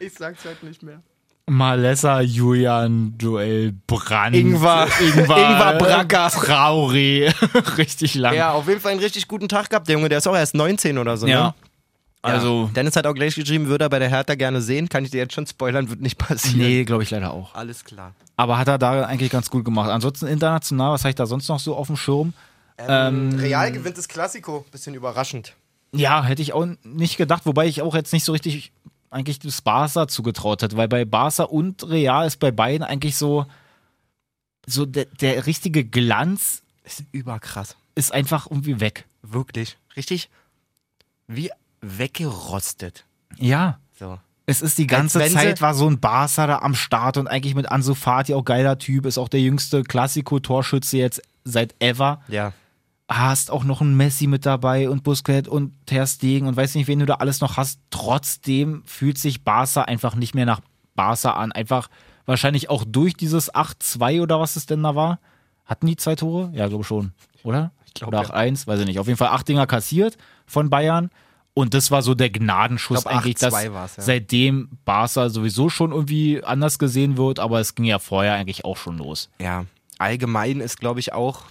Ich sag's halt nicht mehr.
Malessa, Julian, Joel, Brand.
Ingwer.
Ingwer,
Ingwer Bracker.
Traoré. Richtig lang.
Ja, auf jeden Fall einen richtig guten Tag gehabt, der Junge. Der ist auch erst 19 oder so, ne?
Ja. Also,
Dennis hat auch gleich geschrieben, würde er bei der Hertha gerne sehen. Kann ich dir jetzt schon spoilern, wird nicht passieren.
nee, glaube ich leider auch.
Alles klar.
Aber hat er da eigentlich ganz gut gemacht. Ansonsten international, was habe ich da sonst noch so auf dem Schirm?
Ähm, Real gewinnt das Klassiko. Bisschen überraschend.
Ja, hätte ich auch nicht gedacht, wobei ich auch jetzt nicht so richtig eigentlich das Barca zugetraut hätte, weil bei Barca und Real ist bei beiden eigentlich so, so der, der richtige Glanz
Ist überkrass.
ist einfach irgendwie weg.
Wirklich. Richtig wie weggerostet.
Ja.
So.
Es ist die ganze
wenn sie-
Zeit war so ein Barca da am Start und eigentlich mit Ansu Fati auch geiler Typ, ist auch der jüngste Klassiko-Torschütze jetzt seit ever.
Ja.
hast auch noch einen Messi mit dabei und Busquets und Ter Stegen und weiß nicht, wen du da alles noch hast. Trotzdem fühlt sich Barca einfach nicht mehr nach Barca an. Einfach wahrscheinlich auch durch dieses 8-2 oder was es denn da war. Hatten die zwei Tore? Ja, glaube schon, oder? Ich
glaub,
oder
ja.
8-1, weiß ich nicht. Auf jeden Fall acht Dinger kassiert von Bayern. Und das war so der Gnadenschuss
Ich glaub,
eigentlich, dass
8-2 war's, ja.
seitdem Barca sowieso schon irgendwie anders gesehen wird, aber es ging ja vorher eigentlich auch schon los.
Ja. Allgemein ist, glaube ich, auch.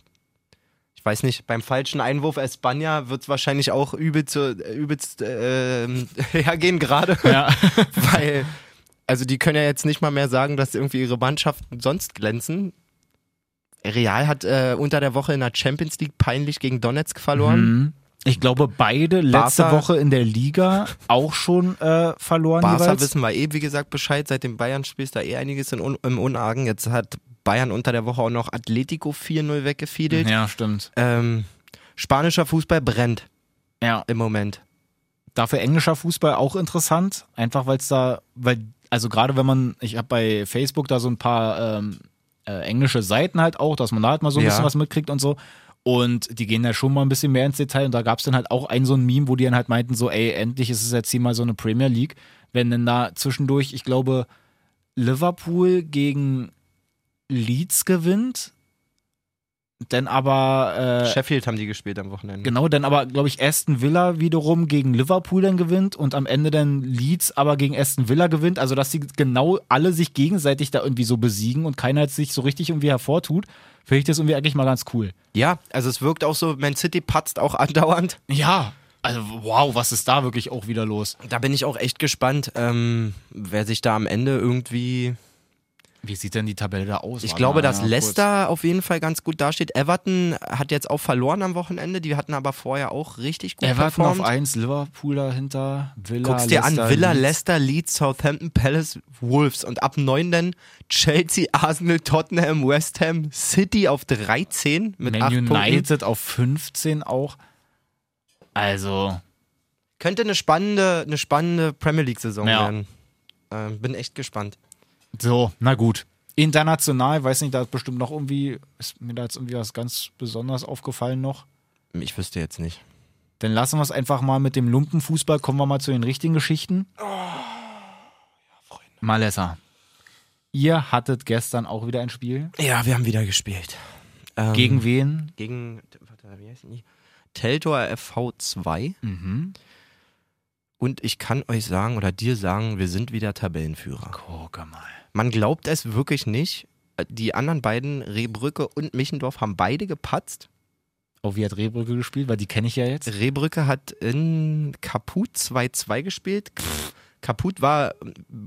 Ich weiß nicht, beim falschen Einwurf Espanja wird es wahrscheinlich auch übelst, äh, übelst äh, ähm, hergehen gerade.
Ja.
Weil, also die können ja jetzt nicht mal mehr sagen, dass irgendwie ihre Mannschaften sonst glänzen. Real hat äh, unter der Woche in der Champions League peinlich gegen Donetsk verloren.
Mhm. Ich glaube, beide letzte
Barca-
Woche in der Liga auch schon äh, verloren
Barca
jeweils.
wissen wir eh, wie gesagt, Bescheid. Seit dem Bayern-Spiel ist da eh einiges in Un im Unargen. Jetzt hat Bayern unter der Woche auch noch Atletico 4-0 weggefiedelt.
ja, stimmt.
Ähm, spanischer Fußball brennt
Ja.
im Moment.
Dafür englischer Fußball auch interessant, einfach weil es da, weil, also gerade wenn man, ich habe bei Facebook da so ein paar ähm, äh, englische Seiten halt auch, dass man da halt mal so ein
Ja.
bisschen was mitkriegt und so. Und die gehen da schon mal ein bisschen mehr ins Detail und da gab es dann halt auch ein so ein Meme, wo die dann halt meinten, so, ey, endlich ist es jetzt hier mal so eine Premier League. Wenn dann da zwischendurch, ich glaube, Liverpool gegen Leeds gewinnt, dann aber äh,
Sheffield haben die gespielt am Wochenende.
Genau, dann aber, glaube ich, Aston Villa wiederum gegen Liverpool dann gewinnt und am Ende dann Leeds aber gegen Aston Villa gewinnt. Also, dass sie genau alle sich gegenseitig da irgendwie so besiegen und keiner sich so richtig irgendwie hervortut, finde ich das irgendwie eigentlich mal ganz cool.
Ja, also es wirkt auch so, Man City patzt auch andauernd.
Ja, also wow, was ist da wirklich auch wieder los?
Da bin ich auch echt gespannt, ähm, wer sich da am Ende irgendwie
Wie sieht denn die Tabelle da aus?
Ich
Warte
glaube,
mal,
dass
ja, kurz.
Leicester auf jeden Fall ganz gut dasteht. Everton hat jetzt auch verloren am Wochenende. Die hatten aber vorher auch richtig gut
Everton auf
performt.
1, Liverpool dahinter, Villa.
Guckst dir an,
Leicester,
Villa,
Leeds.
Leicester, Leeds, Southampton, Palace, Wolves und ab 9 dann Chelsea, Arsenal, Tottenham, West Ham, City auf 13 mit
Man
8 Punkten.
United auf 15 auch. Also,
Könnte eine spannende, eine spannende Premier League-Saison
Ja.
werden. Ähm, bin echt gespannt.
So, na gut. International, weiß nicht, da ist bestimmt noch irgendwie, ist mir da jetzt irgendwie was ganz Besonderes aufgefallen noch.
Ich wüsste jetzt nicht.
Dann lassen wir es einfach mal mit dem Lumpenfußball, kommen wir mal zu den richtigen Geschichten.
Oh,
Malessa, ihr hattet gestern auch wieder ein Spiel.
Ja, wir haben wieder gespielt. Ähm,
Gegen wen?
gegen warte, wie heißen die? Teltor FV2
Mhm.
und ich kann euch sagen oder dir sagen, wir sind wieder Tabellenführer.
Gucke mal.
Man glaubt es wirklich nicht. Die anderen beiden, Rehbrücke und Michendorf, haben beide gepatzt.
Oh, wie hat Rehbrücke gespielt? Weil die kenne ich ja jetzt.
Rehbrücke hat in Kaput 2-2 gespielt. Pff, Kaput war,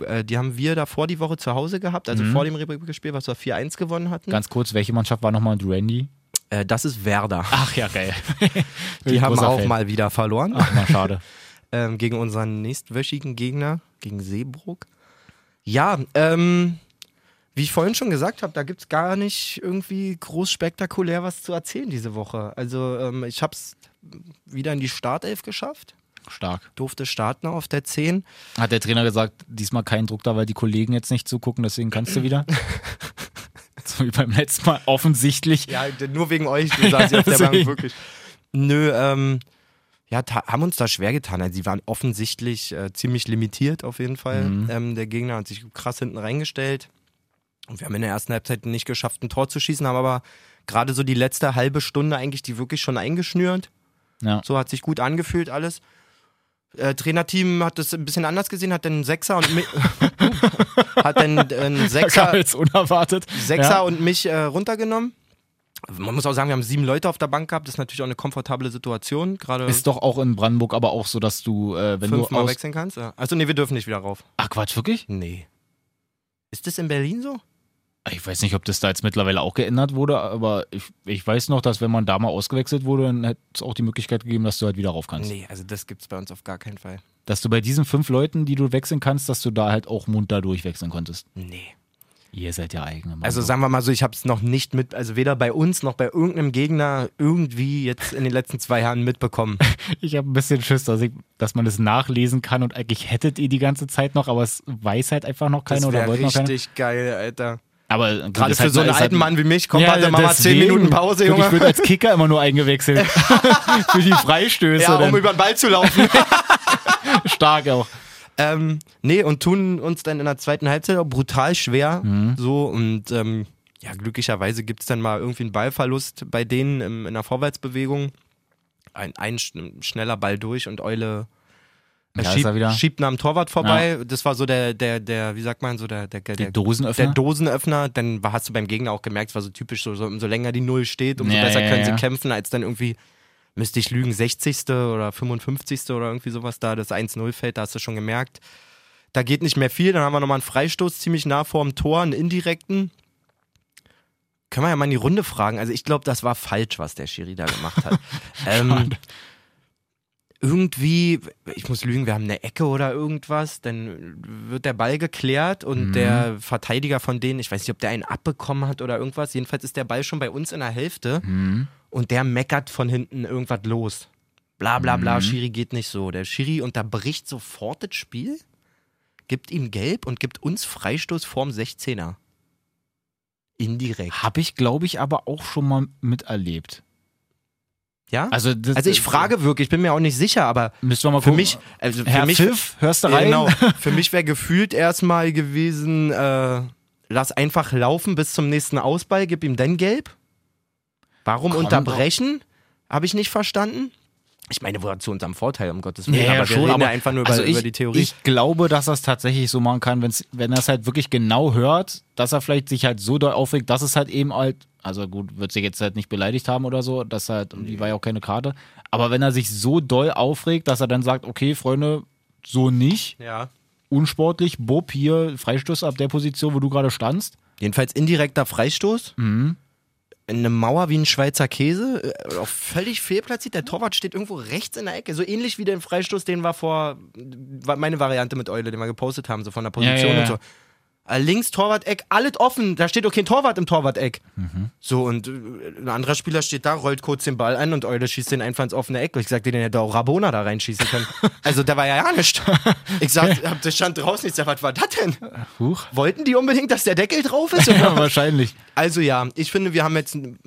äh, die haben wir davor die Woche zu Hause gehabt, also
Mhm.
vor dem Rehbrücke-Spiel, was wir 4-1 gewonnen hatten.
Ganz kurz, welche Mannschaft war nochmal Randy?
äh, das ist Werder.
Ach ja, geil.
Die haben
Ah, Großer
auch
Fan.
mal wieder verloren.
Ach, mal schade.
ähm, gegen unseren nächstwöchigen Gegner, gegen Seebruck. Ja, ähm, wie ich vorhin schon gesagt habe, da gibt es gar nicht irgendwie groß spektakulär was zu erzählen diese Woche. Also ähm, ich habe es wieder in die Startelf geschafft,
Stark.
durfte starten auf der 10.
Hat der Trainer gesagt, diesmal keinen Druck da, weil die Kollegen jetzt nicht zugucken, deswegen kannst du wieder. so wie beim letzten Mal, offensichtlich.
Ja, d- nur wegen euch, du saß hier auf der Bank,
Deswegen.
wirklich. Nö, ähm, ja, ta- haben uns da schwer getan. Also, sie waren offensichtlich äh, ziemlich limitiert auf jeden Fall. Ähm, der Gegner hat sich krass hinten reingestellt. Und wir haben in der ersten Halbzeit nicht geschafft, ein Tor zu schießen, haben aber gerade so die letzte halbe Stunde eigentlich die wirklich schon eingeschnürt.
Ja.
So hat sich gut angefühlt alles. äh, Trainerteam hat das ein bisschen anders gesehen, hat dann Sechser und mi- hat dann einen Sechser,
kam jetzt unerwartet.
Sechser
Ja.
und mich äh, runtergenommen. Man muss auch sagen, wir haben sieben Leute auf der Bank gehabt. Das ist natürlich auch eine komfortable Situation. Gerade
Ist doch auch in Brandenburg aber auch so, dass du, äh, wenn du
fünfmal
aus...
wechseln kannst. Ja. Also nee, wir dürfen nicht wieder rauf.
Ach Quatsch, wirklich?
Nee. Ist das in Berlin so?
Ich weiß nicht, ob das da jetzt mittlerweile auch geändert wurde, aber ich, ich weiß noch, dass wenn man da mal ausgewechselt wurde, dann hätte es auch die Möglichkeit gegeben, dass du halt wieder rauf kannst.
Nee, also das gibt's bei uns auf gar keinen Fall.
Dass du bei diesen fünf Leuten, die du wechseln kannst, dass du da halt auch munter durchwechseln konntest.
Nee.
Ihr seid ja eigene Mann.
Also sagen wir mal so, ich habe es noch nicht mit, also weder bei uns noch bei irgendeinem Gegner irgendwie jetzt in den letzten zwei Jahren mitbekommen.
ich habe ein bisschen Schiss, dass, ich, dass man das nachlesen kann und eigentlich hättet ihr die ganze Zeit noch, aber es weiß halt einfach noch keiner
das
oder
wäre
wollte noch keiner.
richtig geil, Alter.
Aber gut,
Gerade
ist
für
halt-
so einen
ist halt-
alten Mann wie mich, komm, warte mal, mal zehn
deswegen.
Minuten Pause,
Guck, Ich
Junge.
würde als Kicker immer nur eingewechselt. für die Freistöße.
Ja, um
dann.
über den Ball zu laufen.
Stark auch.
ähm, nee, und tun uns dann in der zweiten Halbzeit auch brutal schwer. So und ähm, ja, glücklicherweise gibt es dann mal irgendwie einen Ballverlust bei denen im, in der Vorwärtsbewegung. Ein, ein schn- schneller Ball durch und Eule äh,
Ja, ist er wieder.
schiebt, schiebt nach dem Torwart vorbei. Das war so der, der, der, wie sagt man, so der, der, der,
Der
der
Dosenöffner.
Der Dosenöffner, dann war- hast du beim Gegner auch gemerkt, es war so typisch, so, so, umso länger die Null steht, umso
Ja,
besser
ja,
können
ja.
sie kämpfen, als dann irgendwie, müsste ich lügen, 60. oder 55. oder irgendwie sowas da, das 1-0 fällt, da hast du schon gemerkt, da geht nicht mehr viel. Dann haben wir nochmal einen Freistoß ziemlich nah vor dem Tor, einen indirekten. Können wir ja mal in die Runde fragen. Also ich glaube, das war falsch, was der Schiri da gemacht hat. ähm, irgendwie, ich muss lügen, wir haben eine Ecke oder irgendwas, dann wird der Ball geklärt
Mhm.
und der Verteidiger von denen, ich weiß nicht, ob der einen abbekommen hat oder irgendwas, jedenfalls ist der Ball schon bei uns in der Hälfte
Mhm. Hm.
und der meckert von hinten irgendwas los. Bla bla
Mhm.
bla, Schiri geht nicht so. Der Schiri unterbricht sofort das Spiel, gibt ihm gelb und gibt uns Freistoß vorm 16er. Indirekt.
Habe ich, glaube ich, aber auch schon mal miterlebt.
Ja? Also,
Also, das,
ich frage wirklich, ich bin mir auch nicht sicher, aber
Müssen wir mal
für
gucken.
mich, also für
Herr
mich
Pfiff, hörst du rein?
Genau. Für mich wäre gefühlt erstmal gewesen, äh, lass einfach laufen bis zum nächsten Ausball, gib ihm dann gelb. Warum
Komm
unterbrechen? Habe ich nicht verstanden. Ich meine, war zu unserem Vorteil, um Gottes Willen.
Ja, ja,
aber wir
schon,
reden
aber
ja einfach nur über,
also ich,
über die Theorie.
Ich glaube, dass er es tatsächlich so machen kann, wenn's, wenn er es halt wirklich genau hört, dass er vielleicht sich halt so doll aufregt, dass es halt eben halt, also gut, wird sich jetzt halt nicht beleidigt haben oder so, dass er halt, und die war ja auch keine Karte, aber wenn er sich so doll aufregt, dass er dann sagt, okay, Freunde, so nicht,
ja.
unsportlich, Bob, hier, Freistoß ab der Position, wo du gerade standst.
Jedenfalls indirekter Freistoß.
Mhm.
Eine Mauer wie ein Schweizer Käse. äh, Auch völlig fehlplatziert. Der Torwart steht irgendwo rechts in der Ecke. So ähnlich wie der Freistoß, den war vor. War meine Variante mit Eule, den wir gepostet haben, so von der Position
Ja, ja, ja.
und so. Äh, Links Torwart-Eck, alles offen. Da steht auch kein Torwart im Torwart-Eck.
Mhm.
So, und äh, ein anderer Spieler steht da, rollt kurz den Ball ein und Eule schießt den einfach ins offene Eck. Ich sagte, den hätte auch Rabona da reinschießen können. also, da war ja ja nichts. Ich sagte, hab- das stand draußen. Ich sag, was war das denn?
Huch.
Wollten die unbedingt, dass der Deckel drauf ist? Oder
Ja, wahrscheinlich.
also ja, ich finde, wir haben jetzt n-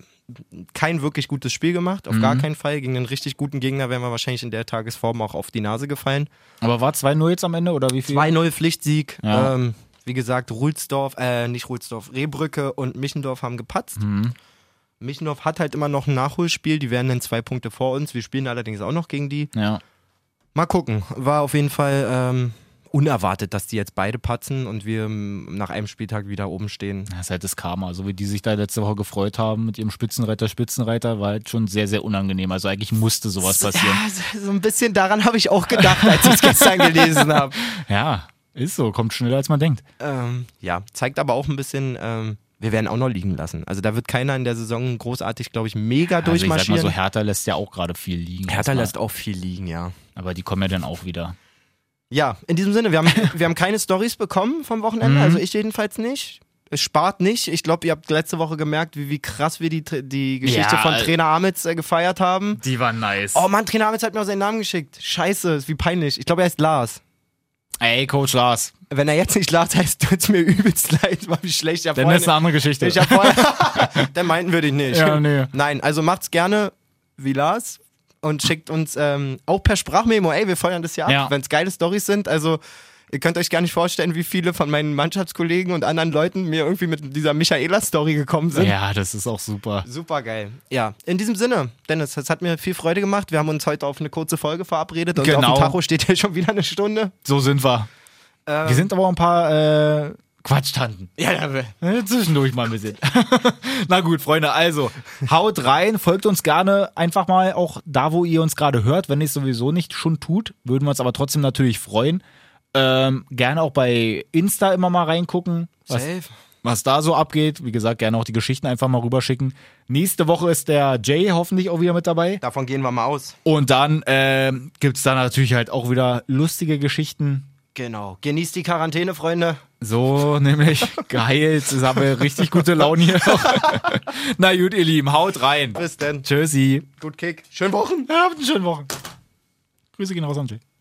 kein wirklich gutes Spiel gemacht, auf gar keinen Fall. Gegen einen richtig guten Gegner wären wir wahrscheinlich in der Tagesform auch auf die Nase gefallen.
Aber war 2-0 jetzt am Ende oder wie viel?
2-0 Pflichtsieg.
Ja.
Ähm, wie gesagt, Rulsdorf, äh, nicht Rulsdorf, Rehbrücke und Michendorf haben gepatzt. Michendorf hat halt immer noch ein Nachholspiel, die wären dann zwei Punkte vor uns. Wir spielen allerdings auch noch gegen die.
Ja.
Mal gucken. War auf jeden Fall ähm, unerwartet, dass die jetzt beide patzen und wir ähm, nach einem Spieltag wieder oben stehen.
Das ist halt das Karma. So wie die sich da letzte Woche gefreut haben mit ihrem Spitzenreiter, Spitzenreiter, war halt schon sehr, sehr unangenehm. Also eigentlich musste sowas passieren.
Ja, so- so ein bisschen daran habe ich auch gedacht, als ich es gestern gelesen habe.
Ja, ist so. Kommt schneller, als man denkt.
Ähm, ja, zeigt aber auch ein bisschen, ähm, wir werden auch noch liegen lassen. Also da wird keiner in der Saison großartig, glaube ich, mega
Also ich sag mal
durchmarschieren.
so, Hertha lässt ja auch gerade viel liegen.
Hertha
erstmal.
lässt auch viel liegen, ja.
Aber die kommen ja dann auch wieder.
Ja, in diesem Sinne, wir haben, wir haben keine Stories bekommen vom Wochenende, also ich jedenfalls nicht. Es spart nicht. Ich glaube, ihr habt letzte Woche gemerkt, wie, wie krass wir die, Tra- die Geschichte
Ja,
von
äh,
Trainer Amitz äh, gefeiert haben.
Die war nice.
Oh Mann, Trainer Amitz hat mir auch seinen Namen geschickt. Scheiße, ist wie peinlich. Ich glaube, er heißt Lars.
Ey, Coach Lars,
Wenn er jetzt nicht lacht, heißt tut's mir übelst leid, war wie schlecht der
dann ist eine
Freund.
andere Geschichte.
Ich hab vorher, dann meinten wir dich nicht.
Ja, nee.
Nein, also macht's gerne wie Lars und schickt uns ähm, auch per Sprachmemo, ey, wir feuern das hier ab,
Ja.
wenn's geile Stories sind. Also Ihr könnt euch gar nicht vorstellen, wie viele von meinen Mannschaftskollegen und anderen Leuten mir irgendwie mit dieser Michaela-Story gekommen sind.
Ja, das ist auch super.
Super geil. Ja, in diesem Sinne, Dennis, es hat mir viel Freude gemacht. Wir haben uns heute auf eine kurze Folge verabredet und
Genau.
auf dem Tacho steht ja schon wieder eine Stunde.
So sind wir.
Ähm,
Wir sind aber auch ein paar äh, Quatschtanten.
ja, ja,
Äh, Zwischendurch mal ein bisschen. Na gut, Freunde, also haut rein, folgt uns gerne einfach mal auch da, wo ihr uns gerade hört. Wenn ihr es sowieso nicht schon tut, würden wir uns aber trotzdem natürlich freuen. Ähm, gerne auch bei Insta immer mal reingucken, was,
safe.
was da so abgeht. Wie gesagt, gerne auch die Geschichten einfach mal rüberschicken. Nächste Woche ist der Jay hoffentlich auch wieder mit dabei.
Davon gehen wir mal aus.
Und dann ähm, gibt es da natürlich halt auch wieder lustige Geschichten.
Genau. Genießt die Quarantäne, Freunde.
So, nämlich geil. Jetzt haben wir richtig gute Laune hier. Na gut, ihr Lieben, haut rein.
Bis dann.
Tschüssi.
Gut Kick. Schönen Wochen.
Habt einen schönen Wochen. Grüße gehen raus an Jay.